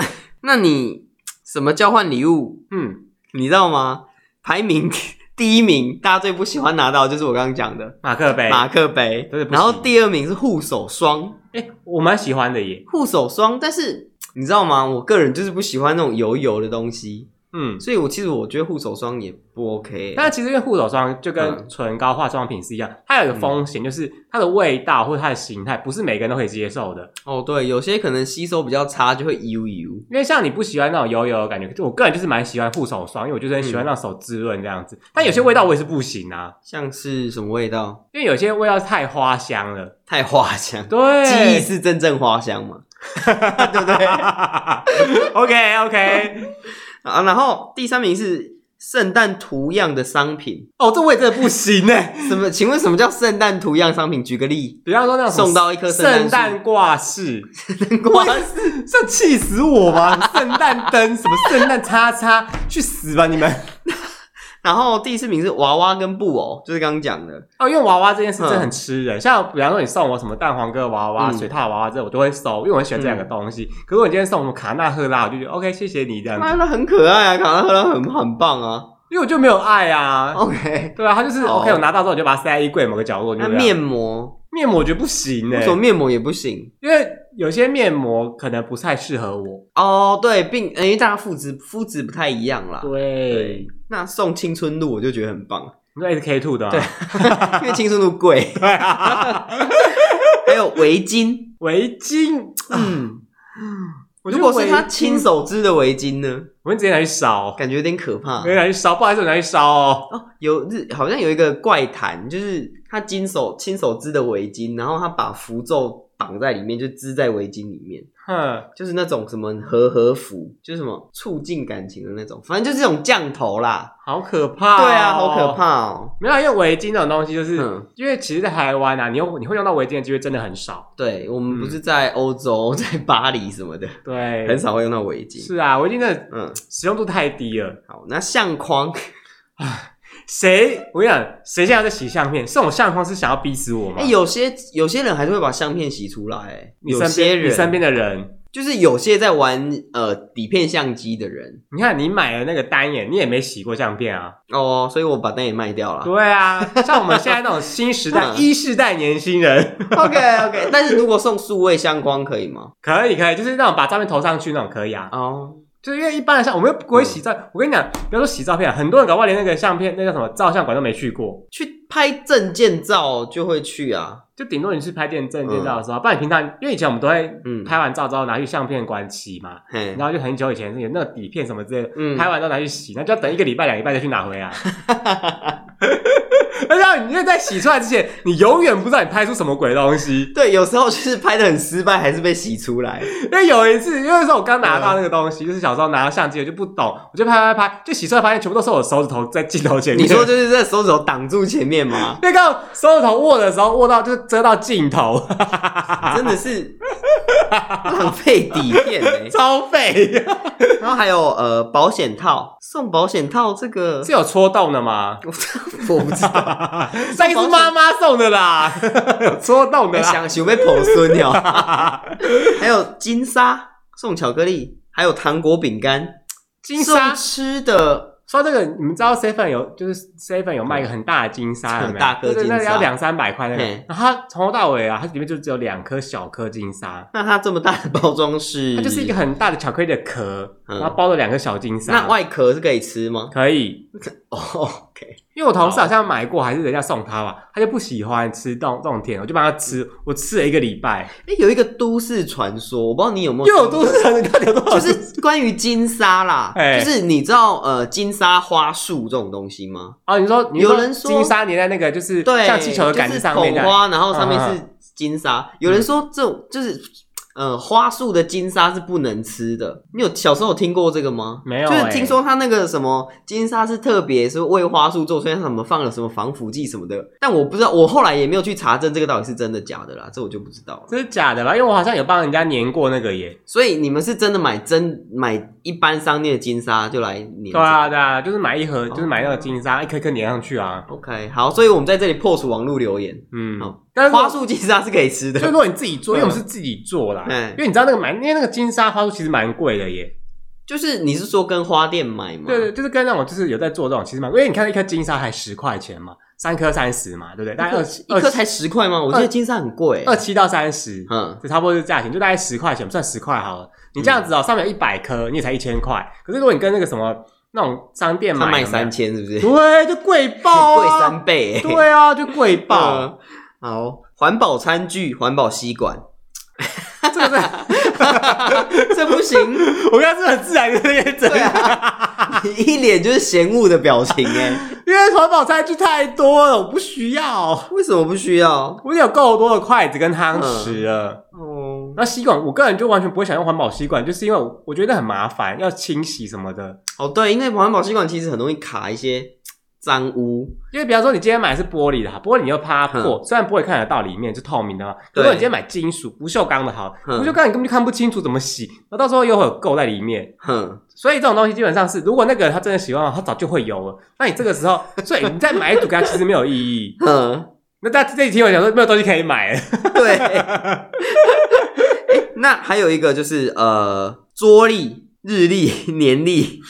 Speaker 1: 那你什么交换礼物
Speaker 2: 嗯，
Speaker 1: 你知道吗？排名 第一名，大家最不喜欢拿到的就是我刚刚讲的
Speaker 2: 马克杯，
Speaker 1: 马克杯
Speaker 2: 真的，不
Speaker 1: 然后
Speaker 2: 行
Speaker 1: 第二名是护手霜，
Speaker 2: 哎、我蛮喜欢的耶。
Speaker 1: 护手霜。但是你知道吗？我个人就是不喜欢那种油油的东西，
Speaker 2: 嗯，
Speaker 1: 所以我其实我觉得护手霜也不 OK。
Speaker 2: 但其实因为护手霜就
Speaker 1: 嗯
Speaker 2: 跟唇膏、化妆品是一样，它有一个风险，就是它的味道或者它的形态，不是每个人都可以接受的。
Speaker 1: 哦，对，有些可能吸收比较差，就会油油。
Speaker 2: 因为像你不喜欢那种油油的感觉，我个人就是蛮喜欢护手霜，因为我就是很喜欢让手滋润这样子。但有些
Speaker 1: 嗯
Speaker 2: 味道我也是不行啊，
Speaker 1: 像是什么味道？
Speaker 2: 因为有些味道太花香了。
Speaker 1: 太花香，记忆
Speaker 2: 对，
Speaker 1: 是真正花香嘛？对不对？
Speaker 2: OK OK，
Speaker 1: 啊，然后第三名是圣诞图样的商品，
Speaker 2: 哦，这我也真的不行哎、
Speaker 1: 什么？请问什么叫圣诞图样商品？举个例。
Speaker 2: 比方说那种什么
Speaker 1: 送到一棵圣诞树
Speaker 2: 圣诞挂饰，
Speaker 1: 挂
Speaker 2: 这气死我吧！圣诞灯什么圣诞叉叉，去死吧你们！
Speaker 1: 然后第四名是娃娃跟布偶，就是刚刚讲的。
Speaker 2: 哦，因为娃娃这件事真的很吃人，嗯像比方说你送我什么蛋黄哥娃娃、
Speaker 1: 嗯
Speaker 2: 水獭娃娃这，我都会收，因为我很喜欢这两个东西。可是我今天送什么卡纳赫拉，我就觉得 OK，谢谢你这样子，
Speaker 1: 妈的很可爱啊，卡纳赫拉很很棒啊。
Speaker 2: 因为我就没有爱啊。
Speaker 1: OK，
Speaker 2: 对啊，他就是
Speaker 1: 好
Speaker 2: OK，我拿到之后我就把它塞在衣柜某个角落，就
Speaker 1: 那
Speaker 2: 这样
Speaker 1: 面膜，
Speaker 2: 面膜我觉得不行呢、
Speaker 1: 为什么面膜也不行？
Speaker 2: 因为有些面膜可能不太适合我。
Speaker 1: 哦，对，并因为大家肤质肤质不太一样啦。
Speaker 2: 对，
Speaker 1: 那送青春露我就觉得很棒，
Speaker 2: 你说 SK two 的吗？啊
Speaker 1: 对因为青春露贵，
Speaker 2: 对啊，
Speaker 1: 还有围巾。
Speaker 2: 围巾，啊
Speaker 1: 嗯，
Speaker 2: 我觉
Speaker 1: 如
Speaker 2: 得
Speaker 1: 果是他
Speaker 2: 围巾
Speaker 1: 亲，手织的围巾呢，
Speaker 2: 我会直接拿去烧，
Speaker 1: 感觉有点可怕
Speaker 2: 直。接拿去烧，不好意思，我拿去烧哦。
Speaker 1: 哦，有日好像有一个怪谈，就是他亲手亲手织的围巾，然后他把符咒绑在里面，就织在围巾里面。
Speaker 2: 哼，
Speaker 1: 就是那种什么和和服，就是什么促进感情的那种，反正就是这种降头啦。
Speaker 2: 好可怕、哦
Speaker 1: 对啊，好可。怕哦。
Speaker 2: 没有，啊因为围巾这种东西，就是、
Speaker 1: 嗯
Speaker 2: 因为其实，在台湾啊，你用你会用到围巾的机会真的很少。
Speaker 1: 对我们
Speaker 2: 嗯
Speaker 1: 不是在欧洲， 在巴黎什么的，
Speaker 2: 对，
Speaker 1: 很。少会用到围巾。
Speaker 2: 是啊，围巾真的
Speaker 1: 嗯，
Speaker 2: 使用度太低了。
Speaker 1: 好，那相框
Speaker 2: 谁？我跟你讲，谁现在在洗相片？这种相框是想要逼死我吗？
Speaker 1: 哎、有些有些人还是会把相片洗出来、哎
Speaker 2: 你
Speaker 1: 有
Speaker 2: 身
Speaker 1: 些
Speaker 2: 边你身
Speaker 1: 人
Speaker 2: 边的人，
Speaker 1: 就是有些在玩呃底片相机的人
Speaker 2: 你看你买了那个单眼，你也没洗过相片啊。
Speaker 1: 哦，所以我把灯也卖掉 了。
Speaker 2: 对啊，像我们现在那种新时代
Speaker 1: 嗯
Speaker 2: 一世代年轻人，
Speaker 1: OK OK，但是如果送数位相框可以吗？
Speaker 2: 可以可以，就是那种把照片投上去那种可以啊。
Speaker 1: 哦，
Speaker 2: 就是因为一般的像我们又不会洗照，我跟你讲，不要说洗照片啊，很多人搞不好连那个相片那叫什么照相馆都没去过，
Speaker 1: 去拍证件照就会去啊。
Speaker 2: 就顶多你去拍电证件照的时啊候，不然你平常因为以前我们都会
Speaker 1: 嗯，
Speaker 2: 拍完照之后拿去相片馆洗嘛，
Speaker 1: 嘿
Speaker 2: 然，后就很久以前有那个底片什么之类的，
Speaker 1: 嗯
Speaker 2: 拍完之后拿去洗，那就要等一个礼拜两个礼拜再去拿回来。而且你因为在洗出来之前，你永远不知道你拍出什么鬼东西。
Speaker 1: 对，有时候就是拍的很失败，还是被洗出 来。
Speaker 2: 因为有一次，因为那时候我刚拿
Speaker 1: 嗯
Speaker 2: 到那个东西，就是小时候拿到相机，我就不懂，我就拍拍拍，就洗出来发现全部都是我手指头在镜头前面。
Speaker 1: 你说就是这手指头挡住前面吗？
Speaker 2: 那个手指头握的时候握到就是遮到 镜头，
Speaker 1: 真的是浪费底片 欸
Speaker 2: 超废，
Speaker 1: 然后还有呃保险套，送保险套这个
Speaker 2: 是有戳洞的吗？
Speaker 1: 我我不知道，
Speaker 2: 啦，那个是妈妈送的啦， 有戳动的
Speaker 1: 哎
Speaker 2: 啦。
Speaker 1: 想想被婆孙
Speaker 2: 哦
Speaker 1: 了。还有金沙送巧克力，还有糖果饼干，
Speaker 2: 金沙
Speaker 1: 送吃的
Speaker 2: 说到这个，你们知道 seven 有就是 seven 有卖一个很大的金沙，有没
Speaker 1: 很
Speaker 2: 有
Speaker 1: 大颗
Speaker 2: 对对那个
Speaker 1: 金沙
Speaker 2: 要两三百块那个
Speaker 1: 嘿。
Speaker 2: 然后它从头到尾啊，它里面就只有两颗小颗金沙，
Speaker 1: 那它这么大的包装是？
Speaker 2: 它就是一个很大的巧克力的壳，
Speaker 1: 嗯
Speaker 2: 然后包了两个小金沙。
Speaker 1: 那外壳是可以吃吗？
Speaker 2: 可以，
Speaker 1: 哦，OK，
Speaker 2: 因为我同事好像买过，还是人家送他吧，他就不喜欢吃这种这种甜的，我就帮他吃，我吃了一个礼拜。
Speaker 1: 哎，有一个都市传说，我不知道你有没有，
Speaker 2: 又有多少 人？你到底有多少
Speaker 1: 就
Speaker 2: 人？
Speaker 1: 是关于金沙啦，
Speaker 2: 哎
Speaker 1: 就是你知道呃金沙花束这种东西吗？
Speaker 2: 啊，你说你
Speaker 1: 有人说
Speaker 2: 金沙粘在那个就是
Speaker 1: 对，
Speaker 2: 像气球的杆子上
Speaker 1: 就
Speaker 2: 面这
Speaker 1: 是
Speaker 2: 样
Speaker 1: 捧花，然后上面
Speaker 2: 嗯
Speaker 1: 是金沙。有人说这种就是呃花束的金沙是不能吃的，你有小时候有听过这个吗？
Speaker 2: 没有
Speaker 1: 就是
Speaker 2: 欸
Speaker 1: 听说它那个什么金沙是特别是为花束做，所以它什么放了什么防腐剂什么的，但我不知道，我后来也没有去查证这个到底是真的假的啦，这我就不知道了。
Speaker 2: 这是假的吧？因为我好像有帮人家粘过那个耶。
Speaker 1: 所以你们是真的买真买一般商店的金沙就来粘？
Speaker 2: 对啊，对啊，就是买一
Speaker 1: 哦
Speaker 2: 盒，就是买那个金沙，一颗一颗粘上去啊。
Speaker 1: OK，好，所以我们在这里破除网络留言，
Speaker 2: 嗯
Speaker 1: 好，
Speaker 2: 但是
Speaker 1: 花束金沙是可以吃
Speaker 2: 就如
Speaker 1: 的，
Speaker 2: 果你自己
Speaker 1: 嗯
Speaker 2: 做，因为我们是自己做啦，
Speaker 1: 嗯
Speaker 2: 因为你知道那个买，因为那个金沙花束其实蛮贵的耶。
Speaker 1: 就是你是说跟花店买吗？
Speaker 2: 对对，就是跟那种就是有在做这种，其实蛮贵，因为你看一颗金沙才十块钱嘛，三颗三十嘛，对不对？大概二十
Speaker 1: 一颗才十块吗？我记得金沙很贵、
Speaker 2: 二七到三十，
Speaker 1: 嗯，
Speaker 2: 这差不多是价钱，就大概十块钱，我们算十块好了。你这样子哦，上面有一百颗，你也才一千块。可是如果你跟那个什么那种商店
Speaker 1: 他
Speaker 2: 买，
Speaker 1: 卖
Speaker 2: 有没有
Speaker 1: 三，千是不是？
Speaker 2: 对，就贵爆
Speaker 1: 贵
Speaker 2: 啊，
Speaker 1: 三倍、欸，
Speaker 2: 对啊，就贵 爆。
Speaker 1: 嗯好，环保餐具、环保吸管，
Speaker 2: 这个是
Speaker 1: 这不行，
Speaker 2: 我刚刚是很自然的认真
Speaker 1: 对，啊，你一脸就是嫌恶的表情哎、欸，
Speaker 2: 因为环保餐具太多了，我不需要。
Speaker 1: 为什么不需要？
Speaker 2: 我有够多的筷子跟汤
Speaker 1: 嗯
Speaker 2: 匙了，
Speaker 1: 哦，
Speaker 2: 那吸管我个人就完全不会想用环保吸管，就是因为我我觉得很麻烦，要清洗什么的。
Speaker 1: 哦对，因为环保吸管其实很容易卡一些脏污，
Speaker 2: 因为比方说你今天买的是玻璃的哈，玻璃你又怕它破，虽然玻璃看得到里面是透明的嘛，
Speaker 1: 嗯对
Speaker 2: 如果你今天买金属不锈钢的好，
Speaker 1: 嗯
Speaker 2: 不锈钢你根本就看不清楚怎么洗，那到时候又会有垢在里面。
Speaker 1: 哼，
Speaker 2: 所以这种东西基本上是，如果那个人他真的喜欢的话，他早就会有了。那你这个时候，所以你再买一组给他其实没有意义。
Speaker 1: 哼，
Speaker 2: 那大家这一题我想说没有东西可以买了，
Speaker 1: 对。 欸、那还有一个就是呃，桌历、日历、年历，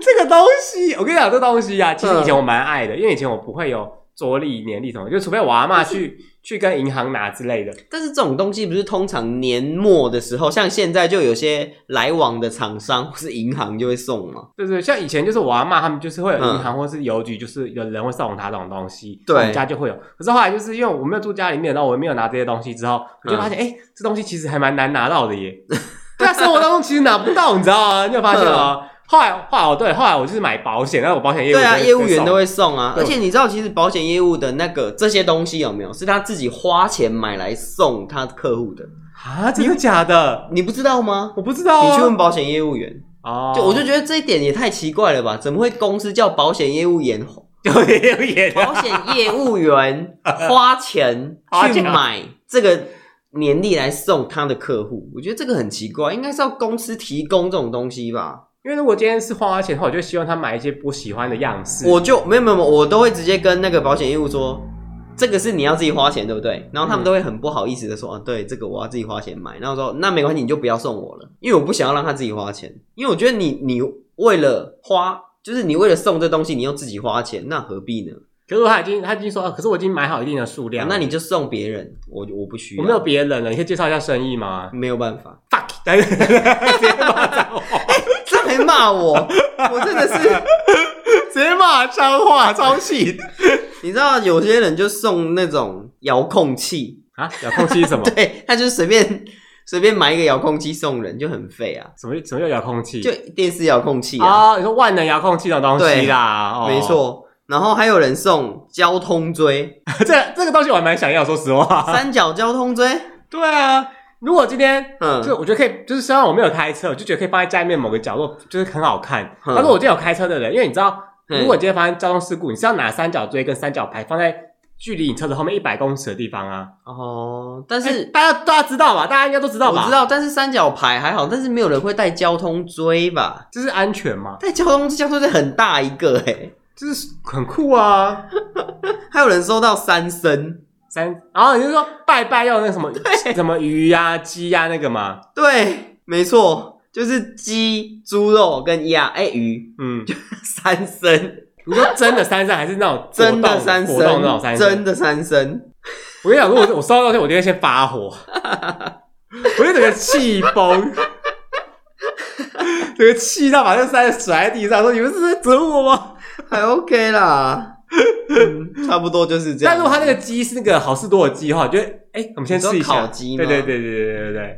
Speaker 2: 这个东西，我跟你讲，这东西
Speaker 1: 嗯
Speaker 2: 啊，其实以前我蛮爱的，因为以前我不会有桌历、年历什么，就除非我阿妈去去跟银行拿之类的。
Speaker 1: 但是这种东西不是通常年末的时候，像现在就有些来往的厂商或是银行就会送嘛。
Speaker 2: 对对，像以前就是我阿妈他们就是会有
Speaker 1: 嗯
Speaker 2: 银行或是邮局，就是有人会送他这种东西，
Speaker 1: 对
Speaker 2: 我们家就会有。可是后来就是因为我没有住家里面，然后我没有拿这些东西之后，我就
Speaker 1: 嗯
Speaker 2: 发现哎、诶这东西其实还蛮难拿到的 耶。对啊，生活当中其实拿不到，你知道吗？你有发现吗？后来后来我对，后来我就是买保险，然后我保险业
Speaker 1: 嗯
Speaker 2: 务
Speaker 1: 对啊，
Speaker 2: 就
Speaker 1: 业务员都。
Speaker 2: 就送
Speaker 1: 会送啊。
Speaker 2: 对
Speaker 1: 而且你知道，其实保险业务的那个这些东西有没有是他自己花钱买来送他客户的？
Speaker 2: 啊，真的假的？
Speaker 1: 你不知道吗？
Speaker 2: 我不知道、啊，
Speaker 1: 你去问保险业务员，
Speaker 2: 哦，
Speaker 1: 就我就觉得这一点也太奇怪了吧？怎么会公司叫保险业务员
Speaker 2: 有点有点
Speaker 1: 保险业务 员花钱
Speaker 2: 花
Speaker 1: 去
Speaker 2: 钱
Speaker 1: 买这个年历来送他的客户？我觉得这个很奇怪，应该是要公司提供这种东西吧？
Speaker 2: 因为如果今天是花钱的话，我就希望他买一些我喜欢的样式。
Speaker 1: 我就没有没有，没有我都会直接跟那个保险业务说。这个是你要自己花钱，对不对？然后他们
Speaker 2: 嗯
Speaker 1: 都会很不好意思的说：“啊，对，这个我要自己花钱买。”然后说：“那没关系，你就不要送我了，因为我不想要让他自己花钱。因为我觉得你你为了花，就是你为了送这东西，你又自己花钱，那何必呢？
Speaker 2: 可是他已经他已经说，啊可是我已经买好一定的数量了，
Speaker 1: 那你就送别人，我我不需要。
Speaker 2: 我没有别人了，你可以介绍一下生意吗
Speaker 1: 没有办法，
Speaker 2: ？fuck，但是直接骂脏话，
Speaker 1: 这还骂 我，我真的是，
Speaker 2: 直接骂脏话，超气
Speaker 1: 你知道有些人就送那种遥控器，
Speaker 2: 啊！遥控器是 什么？
Speaker 1: 对，他就随便随便买一个遥控器送人，就很废啊，
Speaker 2: 什么什么叫遥控器？
Speaker 1: 就电视遥控器啊，
Speaker 2: 啊，你说万能遥控器这种东西啦，哦
Speaker 1: 没，错。然后还有人送交通锥，
Speaker 2: 这这个东西我还蛮想要，说实话。
Speaker 1: 三角交通锥，
Speaker 2: 对啊，如果今天。就
Speaker 1: 嗯，
Speaker 2: 我觉得可以，就是虽然我没有开车，我就觉得可以放在家里面某个角落，就是很好看。
Speaker 1: 嗯
Speaker 2: 但是我今天有开车的人，因为你知道，
Speaker 1: 嗯
Speaker 2: 如果今天发生交通事故，你是要拿三角锥跟三角牌放在距离你车子后面一百公尺的地方啊。
Speaker 1: 哦，但
Speaker 2: 但是
Speaker 1: 是、
Speaker 2: 大家大家知道吧？大家应该都知道吧？
Speaker 1: 我知，道，但是三角牌还好，但是没有人会带交通锥吧？
Speaker 2: 就是安全嘛，
Speaker 1: 带交通交通锥很大一个哎、欸，
Speaker 2: 就是很酷啊。
Speaker 1: 还有人收到三声，
Speaker 2: 三，然后你就说拜拜要 那个什么什么鱼呀、鸡呀、那个嘛，
Speaker 1: 对，没错，就是鸡、猪肉跟鸭哎、鱼
Speaker 2: 嗯，
Speaker 1: 三声，
Speaker 2: 你说真的三声还是那种
Speaker 1: 真的
Speaker 2: 果冻
Speaker 1: 三
Speaker 2: 果冻那种
Speaker 1: 声，
Speaker 2: 三
Speaker 1: 真的三声。
Speaker 2: 我跟你讲，如果我我收到东西，我一定会先发火，我就整个气崩， 整个气到把那塞子甩在地上，说你们是在整我吗？
Speaker 1: 还 OK 啦， 嗯、差不多就是这样。
Speaker 2: 但如果他那个鸡是那个好事多的鸡的话，我觉得哎、我们先试一
Speaker 1: 你说
Speaker 2: 下
Speaker 1: 烤鸡吗
Speaker 2: 对对对对对对对，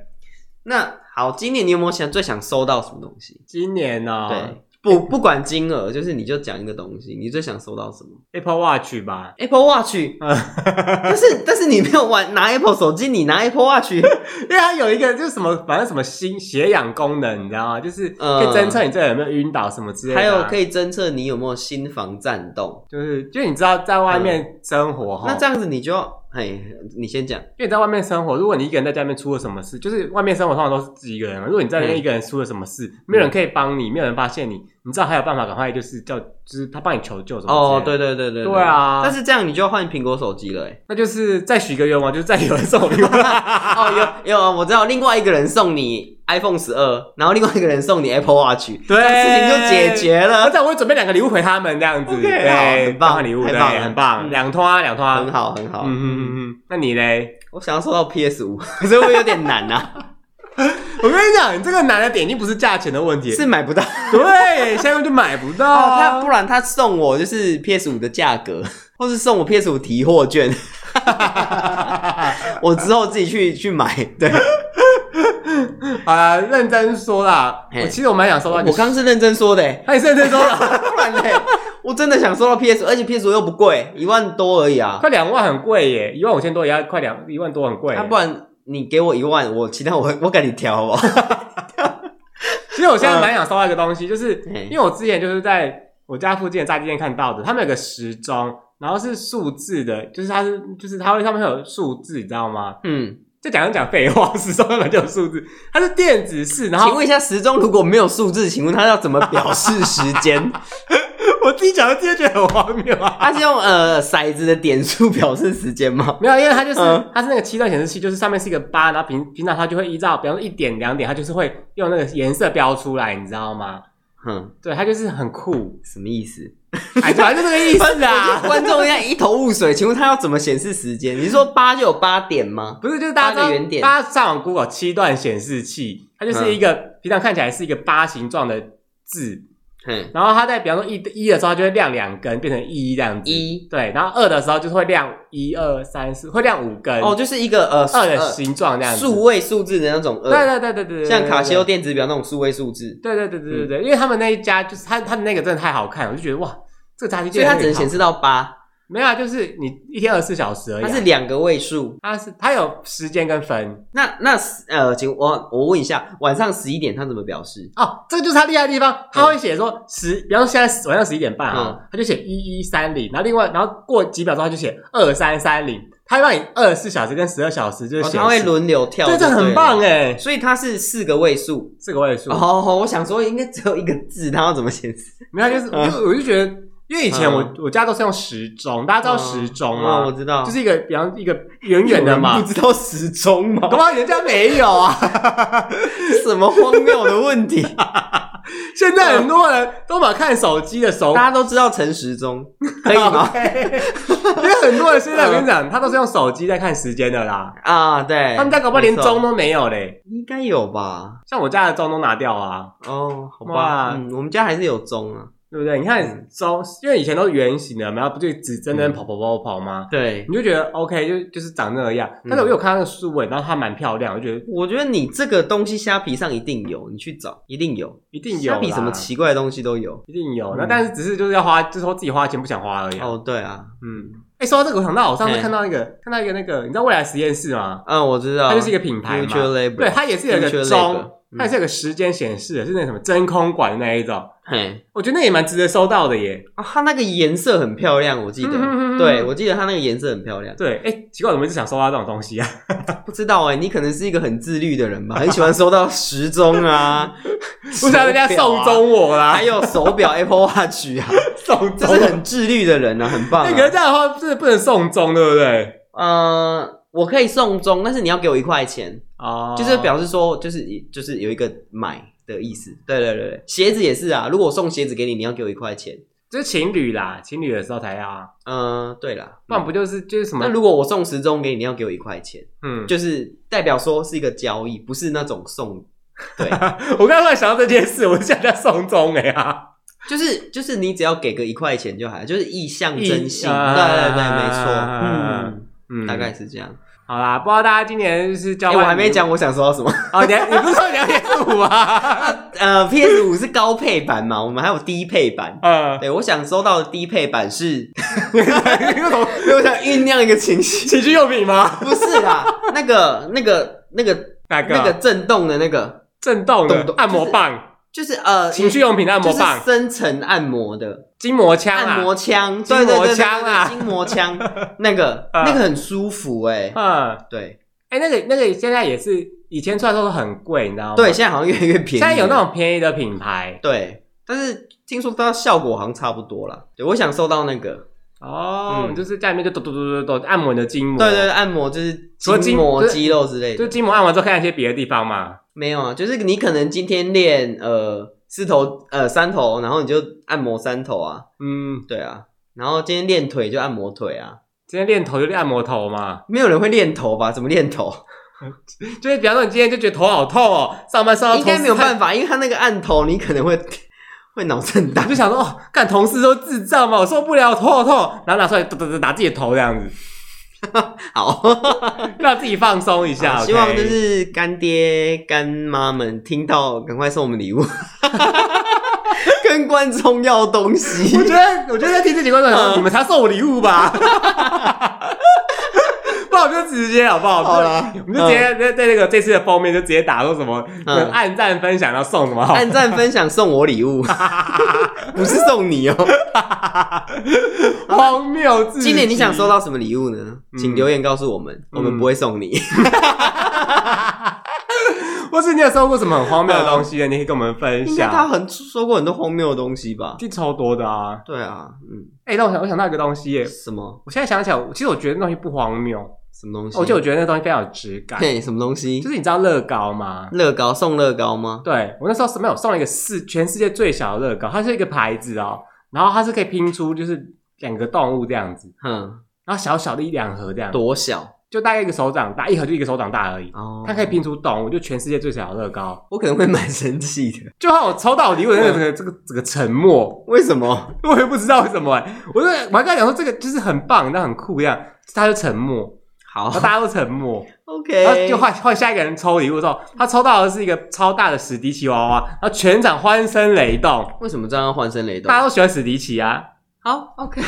Speaker 1: 那好，今年你有没有想最想收到什么东西？
Speaker 2: 今年呢、
Speaker 1: 对，不不管金额，就是你就讲一个东西，你最想收到什么
Speaker 2: Apple Watch 吧，
Speaker 1: ？Apple Watch，但是但是你没有玩拿 Apple 手机，你拿 Apple Watch，
Speaker 2: 因为它有一个就是什么，反正什么心血氧功能，你知道吗？就是可以
Speaker 1: 嗯
Speaker 2: 侦测你这人有没有晕倒什么之类的、
Speaker 1: 还有可
Speaker 2: 以
Speaker 1: 以侦测你有没有心房颤动。
Speaker 2: 就是，就你知道在外面生活
Speaker 1: 嗯
Speaker 2: 哈、
Speaker 1: 那这样子你就要，嘿，你先讲。
Speaker 2: 因为你在外面生活，如果你一个人在家里面出了什么事，就是外面生活通常都是自己一个人嘛。如果你在那边
Speaker 1: 嗯
Speaker 2: 一个人出了什么事，没有人可以帮你，没有人发现你，你知道还有办法赶快就是叫，就是他帮你求救什么
Speaker 1: 哦，
Speaker 2: 之类
Speaker 1: 对
Speaker 2: 的，
Speaker 1: 对对对，
Speaker 2: 对啊
Speaker 1: 但是这样你就要换苹果手机 了、欸，
Speaker 2: 那就是再许一个愿望，就是再有人送我礼 物。
Speaker 1: 哦，有有啊，我知道，另外一个人送你 iPhone 十二，然后另外一个人送你 Apple Watch，这
Speaker 2: 对
Speaker 1: 事情就解决
Speaker 2: 然后
Speaker 1: 了，
Speaker 2: 这样我会准备两个礼物回他们，这样子
Speaker 1: OK，好
Speaker 2: 对，
Speaker 1: 很棒
Speaker 2: 交换礼物，
Speaker 1: 太
Speaker 2: 对，
Speaker 1: 棒了
Speaker 2: 很棒，
Speaker 1: 嗯
Speaker 2: 两通啊，两通啊，
Speaker 1: 很好很好。
Speaker 2: 嗯嗯嗯
Speaker 1: 嗯，
Speaker 2: 嗯。那你嘞？
Speaker 1: 我想要收到 PS 五，可是会有点难啊，
Speaker 2: 我跟你讲，你这个难的点已经不是价钱的问题，
Speaker 1: 是买 不到。
Speaker 2: 哦对，现在就买不到
Speaker 1: 哦，他
Speaker 2: 啊，
Speaker 1: 不然他送我就是 PS 五的价格，或是送我 PS 五提货券， 我之后自己去去买。对
Speaker 2: 好啦，认真说啦，
Speaker 1: 嘿
Speaker 2: 我其实我蛮想收到你
Speaker 1: 我，刚是认真说的、 欸，
Speaker 2: 他也是认真说啦，
Speaker 1: 不然呢、我真的想收到 PS，而且 PS 五又不贵，一万多而已啊。
Speaker 2: 快两万很贵耶，一万五千多也要快两一万多很贵耶。
Speaker 1: 啊，不然你给我一万，我其他我我跟你调好不好？
Speaker 2: 其实我现在蛮想收到一个东西，就是
Speaker 1: 呃嘿
Speaker 2: 因为我之前就是在我家附近的炸鸡店看到的，他们有个时钟，然后是数字的，就是它是就是它会上面会有数字，你知道吗？
Speaker 1: 嗯，
Speaker 2: 就讲讲废话，时钟上面就有数字，它是电子式，然后
Speaker 1: 请问一下，时钟如果没有数字，请问它要怎么表示时 间？
Speaker 2: 我自己讲的，自己觉得很荒谬啊。
Speaker 1: 它是用呃骰子的点数表示时间 吗？
Speaker 2: 没有，因为它就是、
Speaker 1: 嗯
Speaker 2: 它是那个七段显示器，就是上面是一个八，然后平平常它就会依照，比方说一点两点，它就是会用那个颜色标出来，你知道吗？
Speaker 1: 哼，
Speaker 2: 对，它就是很酷，
Speaker 1: 什么意思？
Speaker 2: 哎，反正就这个意思
Speaker 1: 我觉得
Speaker 2: 啊。
Speaker 1: 观众现在一头雾水，请问它要怎么显示时间？你说八就有八点吗？
Speaker 2: 不是，就是大家知
Speaker 1: 八
Speaker 2: 道
Speaker 1: 个原点
Speaker 2: 大家上网 Google 七段显示器，它就是一个、平常看起来是一个八形状的字，
Speaker 1: 嗯，
Speaker 2: 然后它在比方说一一的时候，它就会亮两根，变成一这样子。
Speaker 1: 一
Speaker 2: 对，然后二的时候就是会亮一二三四，会亮五根。
Speaker 1: 哦，，就是一个呃
Speaker 2: 二的
Speaker 1: 呃
Speaker 2: 形状这样子。
Speaker 1: 数位数字的那种
Speaker 2: 对
Speaker 1: 二，
Speaker 2: 对对对对对，
Speaker 1: 像卡西欧嗯
Speaker 2: 对。
Speaker 1: 电子表那种数位数字，
Speaker 2: 对对对对对对，因为他们那一家就是他他们那个真的太好看了，我就觉得哇，这个炸鸡
Speaker 1: 所
Speaker 2: 店
Speaker 1: 以它
Speaker 2: 很
Speaker 1: 只能显示到八，
Speaker 2: 好没有啊，就是你一天二十四小时而已啊、
Speaker 1: 它是两个位数。
Speaker 2: 它是它有时间跟分
Speaker 1: 那那呃，请我我问一下，晚上十一点他怎么表示？
Speaker 2: 哦，这个就是它厉害的地
Speaker 1: 嗯
Speaker 2: 方，它会写说十，比方说现在晚上十一点半啊，它就写一一三零，然后另外然后过几秒钟它就写二三三零，它会让你二十四小时跟十二小时就是
Speaker 1: 哦
Speaker 2: 显示、
Speaker 1: 他会轮流跳，
Speaker 2: 对，这
Speaker 1: 就对了
Speaker 2: 很棒。哎，
Speaker 1: 所以它是四个位数
Speaker 2: 这个我也说，
Speaker 1: 哦，我想说应该只有一个字，它要怎么显 示？
Speaker 2: 没有就是我就我就觉得，因为以前我、
Speaker 1: 嗯
Speaker 2: 我家都是用时钟，大家知道时钟吗？
Speaker 1: 哦我知道，
Speaker 2: 啊就是一个，比方一个远远的
Speaker 1: 有人
Speaker 2: 嘛
Speaker 1: 不，知道时钟吗
Speaker 2: 搞？不好人家没 有啊。
Speaker 1: 什么荒谬的问题？
Speaker 2: 现在很多人都把看手机的 手
Speaker 1: 大家都知道陈时 钟，可以吗？
Speaker 2: 因为很多人现在我跟你讲，他都是用手机在看时间的啦。
Speaker 1: 啊，对，
Speaker 2: 他们家搞不好连钟
Speaker 1: 没错
Speaker 2: 都没有嘞，
Speaker 1: 应该有吧？
Speaker 2: 像我家的钟都拿掉啊，
Speaker 1: 哦，好
Speaker 2: 哇
Speaker 1: 吧，嗯，我们家还是有钟啊。
Speaker 2: 对不对？你看钟，因为以前都是圆形的，然后不就指针针
Speaker 1: 嗯
Speaker 2: 跑跑跑跑吗？
Speaker 1: 对，
Speaker 2: 你就觉得 OK，就就是长那样。
Speaker 1: 嗯
Speaker 2: 但是我有看到那个数位，然后它蛮漂亮，我觉得
Speaker 1: 我觉得你这个东西虾皮上一定有，你去找一定有，
Speaker 2: 一定有啦
Speaker 1: 虾皮什么奇怪的东西都有。
Speaker 2: 一定有。
Speaker 1: 嗯
Speaker 2: 那但是只是就是要花，就是说自己花钱不想花而已啊。
Speaker 1: 哦，对啊，
Speaker 2: 嗯，哎，说到这个，我想到我上次
Speaker 1: 嘿
Speaker 2: 看到那个看到一个那个，你知道未来实验室吗？
Speaker 1: 嗯，我知道，
Speaker 2: 它就是一个品牌嘛，
Speaker 1: Future Labor，
Speaker 2: 对，它也是有一
Speaker 1: Future
Speaker 2: 个
Speaker 1: Labor，
Speaker 2: 钟，
Speaker 1: 嗯
Speaker 2: 它也是有个时间显示的，是那个什么真空管的那一种，
Speaker 1: 嘿，
Speaker 2: 我觉得那也蛮值得收到的耶。
Speaker 1: 啊，它那个颜色很漂亮，我记得，
Speaker 2: 嗯嗯嗯嗯
Speaker 1: 对我记得它那个颜色很漂亮。
Speaker 2: 对，哎、奇怪，我们是想收到这种东 西啊？
Speaker 1: 不知道哎、你可能是一个很自律的人吧，很喜欢收到时钟啊， 不
Speaker 2: 不是、啊、人啊家送
Speaker 1: 钟，
Speaker 2: 中我啦，
Speaker 1: 还有手表 Apple Watch 啊，
Speaker 2: 送
Speaker 1: 哎这
Speaker 2: 中
Speaker 1: 是很自律的人啊，很棒、
Speaker 2: 那
Speaker 1: 啊。
Speaker 2: 可是这样的话，真的不能送钟，对不对？
Speaker 1: 呃，我可以送钟，但是你要给我一块钱，
Speaker 2: 哦
Speaker 1: 就是表示说，就是就是有一个买的意思。对对对对，鞋子也是啊，如果我送鞋子给你，你要给我一块钱。
Speaker 2: 就是情侣啦，情侣的时候才要啊，
Speaker 1: 嗯、呃，对啦，
Speaker 2: 不然不就是就是什么
Speaker 1: 那？如果我送时钟给你，你要给我一块钱，
Speaker 2: 嗯，
Speaker 1: 就是代表说是一个交易，不是那种送。对，
Speaker 2: 我刚刚突然想到这件事，我就想在送钟哎呀，
Speaker 1: 就是就是你只要给个一块钱就好，就是意向真心。
Speaker 2: 意啊
Speaker 1: 对对对，没错，嗯，
Speaker 2: 嗯
Speaker 1: 大概是这样。
Speaker 2: 好啦，不知道大家今年就是交
Speaker 1: 哎、
Speaker 2: 换、
Speaker 1: 我还没讲我想说到什么。
Speaker 2: 哦，你还你不是说你要也是五啊？
Speaker 1: 呃，PS 五是高配版嘛，我们还有低配 版。
Speaker 2: 嗯，
Speaker 1: 对，我想收到的低配版是，
Speaker 2: 那种
Speaker 1: 因为我想酝酿一个情绪。
Speaker 2: 情趣用品吗？
Speaker 1: 不是啦，那个、那个、那个、
Speaker 2: 哪个？
Speaker 1: 那个震动的那个，
Speaker 2: 震动
Speaker 1: 动
Speaker 2: 的
Speaker 1: 动
Speaker 2: 按摩棒，
Speaker 1: 就是呃，
Speaker 2: 情趣用品的按
Speaker 1: 就
Speaker 2: 摩
Speaker 1: 是
Speaker 2: 棒，
Speaker 1: 深层按摩的
Speaker 2: 筋膜枪啊，
Speaker 1: 按摩枪，
Speaker 2: 筋
Speaker 1: 对对对
Speaker 2: 膜枪
Speaker 1: 对对
Speaker 2: 啊
Speaker 1: 对筋膜枪，那个
Speaker 2: 啊
Speaker 1: 那个很舒服哎，
Speaker 2: 嗯，
Speaker 1: 对
Speaker 2: 哎、那个那个现在也是，以前出来的时候很贵，你知道吗？
Speaker 1: 对，，现在好像越来越便宜，
Speaker 2: 现在有那种便宜的品牌
Speaker 1: 对，但是听说它效果好像差不多啦。对，我想收到那个，
Speaker 2: 哦，
Speaker 1: 嗯
Speaker 2: 你就是家里面就抖抖抖抖抖按摩你的筋膜，
Speaker 1: 对对，对，按摩就是
Speaker 2: 除了
Speaker 1: 筋
Speaker 2: 筋
Speaker 1: 膜、
Speaker 2: 就是
Speaker 1: 肌肉之类
Speaker 2: 就
Speaker 1: 的，
Speaker 2: 是筋膜按完之后看一些别的地方嘛。
Speaker 1: 没有啊，就是你可能今天练呃四头呃三头，然后你就按摩三头啊。
Speaker 2: 嗯，
Speaker 1: 对啊，然后今天练腿就按摩腿啊，
Speaker 2: 今天练头就练按摩头嘛，
Speaker 1: 没有人会练头吧？怎么练 头？
Speaker 2: 就是比方说你今天就觉得头好痛哦，上班上到
Speaker 1: 应该没有办
Speaker 2: 法。
Speaker 1: 法，因为他那个按头，你可能会 会脑震
Speaker 2: 我
Speaker 1: 荡
Speaker 2: 就。想说，哦，干同事都智障嘛，我受不了，头好痛，然后拿出来打打打自己的头这样子，
Speaker 1: 好，
Speaker 2: 让自己放松一下。
Speaker 1: 希望
Speaker 2: OK
Speaker 1: 就是干爹干妈们听到，赶快送我们礼物，跟观众要东西
Speaker 2: 我。觉得，我觉得在听这几观众想
Speaker 1: 嗯
Speaker 2: 说，你们才送我礼物吧。 不然我就直接好不好？
Speaker 1: 好啦
Speaker 2: 我们就直接在在那个这次的封面就直接打说什么呃
Speaker 1: 嗯
Speaker 2: 暗赞分享，然后送什么好？
Speaker 1: 按赞分享送我礼物，不是送你哦。
Speaker 2: 荒谬至极！
Speaker 1: 今年你想收到什么礼物呢？
Speaker 2: 嗯
Speaker 1: 请留言告诉我们，我们不会送你。
Speaker 2: 或是你有收过什么很荒谬的东西的，你可以跟我们分
Speaker 1: 嗯应该他
Speaker 2: 享。
Speaker 1: 很说过很多荒谬的东西吧？
Speaker 2: 这超多的啊！
Speaker 1: 对啊，嗯，
Speaker 2: 哎，让我想，我想到一个东西耶，
Speaker 1: 什么？
Speaker 2: 我现在想起来，其实我觉得那东西不荒谬，
Speaker 1: 什么东西？
Speaker 2: 而且我觉得那东西非哦常有质感。
Speaker 1: 嘿，什么东西？
Speaker 2: 就是你知道乐高吗？
Speaker 1: 乐高送乐高吗？
Speaker 2: 对我那时候是没有送了一个世全世界最小的乐高，它是一个牌子哦，然后它是可以拼出就是两个动物这样子，
Speaker 1: 哼，
Speaker 2: 然后小小的一两盒这样，
Speaker 1: 多小
Speaker 2: 就大概一个手掌大，一盒就一个手掌大而已。
Speaker 1: 哦！
Speaker 2: 它可以拼出动物，就全世界最小的乐高。
Speaker 1: 我可能会蛮生气的。
Speaker 2: 就好像我抽到我礼物的那个这个这个这个沉默，
Speaker 1: 为什么？
Speaker 2: 我也不知道为什么、欸。我就我还跟他讲说这个就是很棒，那很酷一样，他就沉默，
Speaker 1: 好
Speaker 2: 然后大家都沉默。然后
Speaker 1: ，OK，
Speaker 2: 就换换下一个人抽礼物的时候，他抽到的是一个超大的史迪奇娃娃，然后全场欢声雷动，
Speaker 1: 为什么这样要换身雷动
Speaker 2: 大？家都喜欢史迪奇啊。
Speaker 1: 好，OK，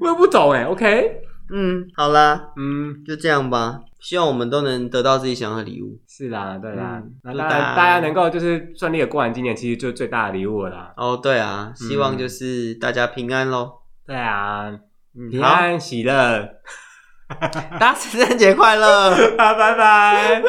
Speaker 2: 我也不懂哎，OK，
Speaker 1: 嗯，好啦，
Speaker 2: 嗯，
Speaker 1: 就这样吧。希望我们都能得到自己想要的礼物。
Speaker 2: 是啦，对啦
Speaker 1: 嗯，
Speaker 2: 那
Speaker 1: 祝
Speaker 2: 大
Speaker 1: 大
Speaker 2: 家
Speaker 1: 家
Speaker 2: 大家能够就是顺利的过完今年，其实就是最大的礼物了啦。
Speaker 1: 哦，对啊，希望就是大家平安喽。
Speaker 2: 对啊，
Speaker 1: 嗯，
Speaker 2: 平
Speaker 1: 好，
Speaker 2: 安喜乐，
Speaker 1: 大家圣诞节快乐！
Speaker 2: 拜拜。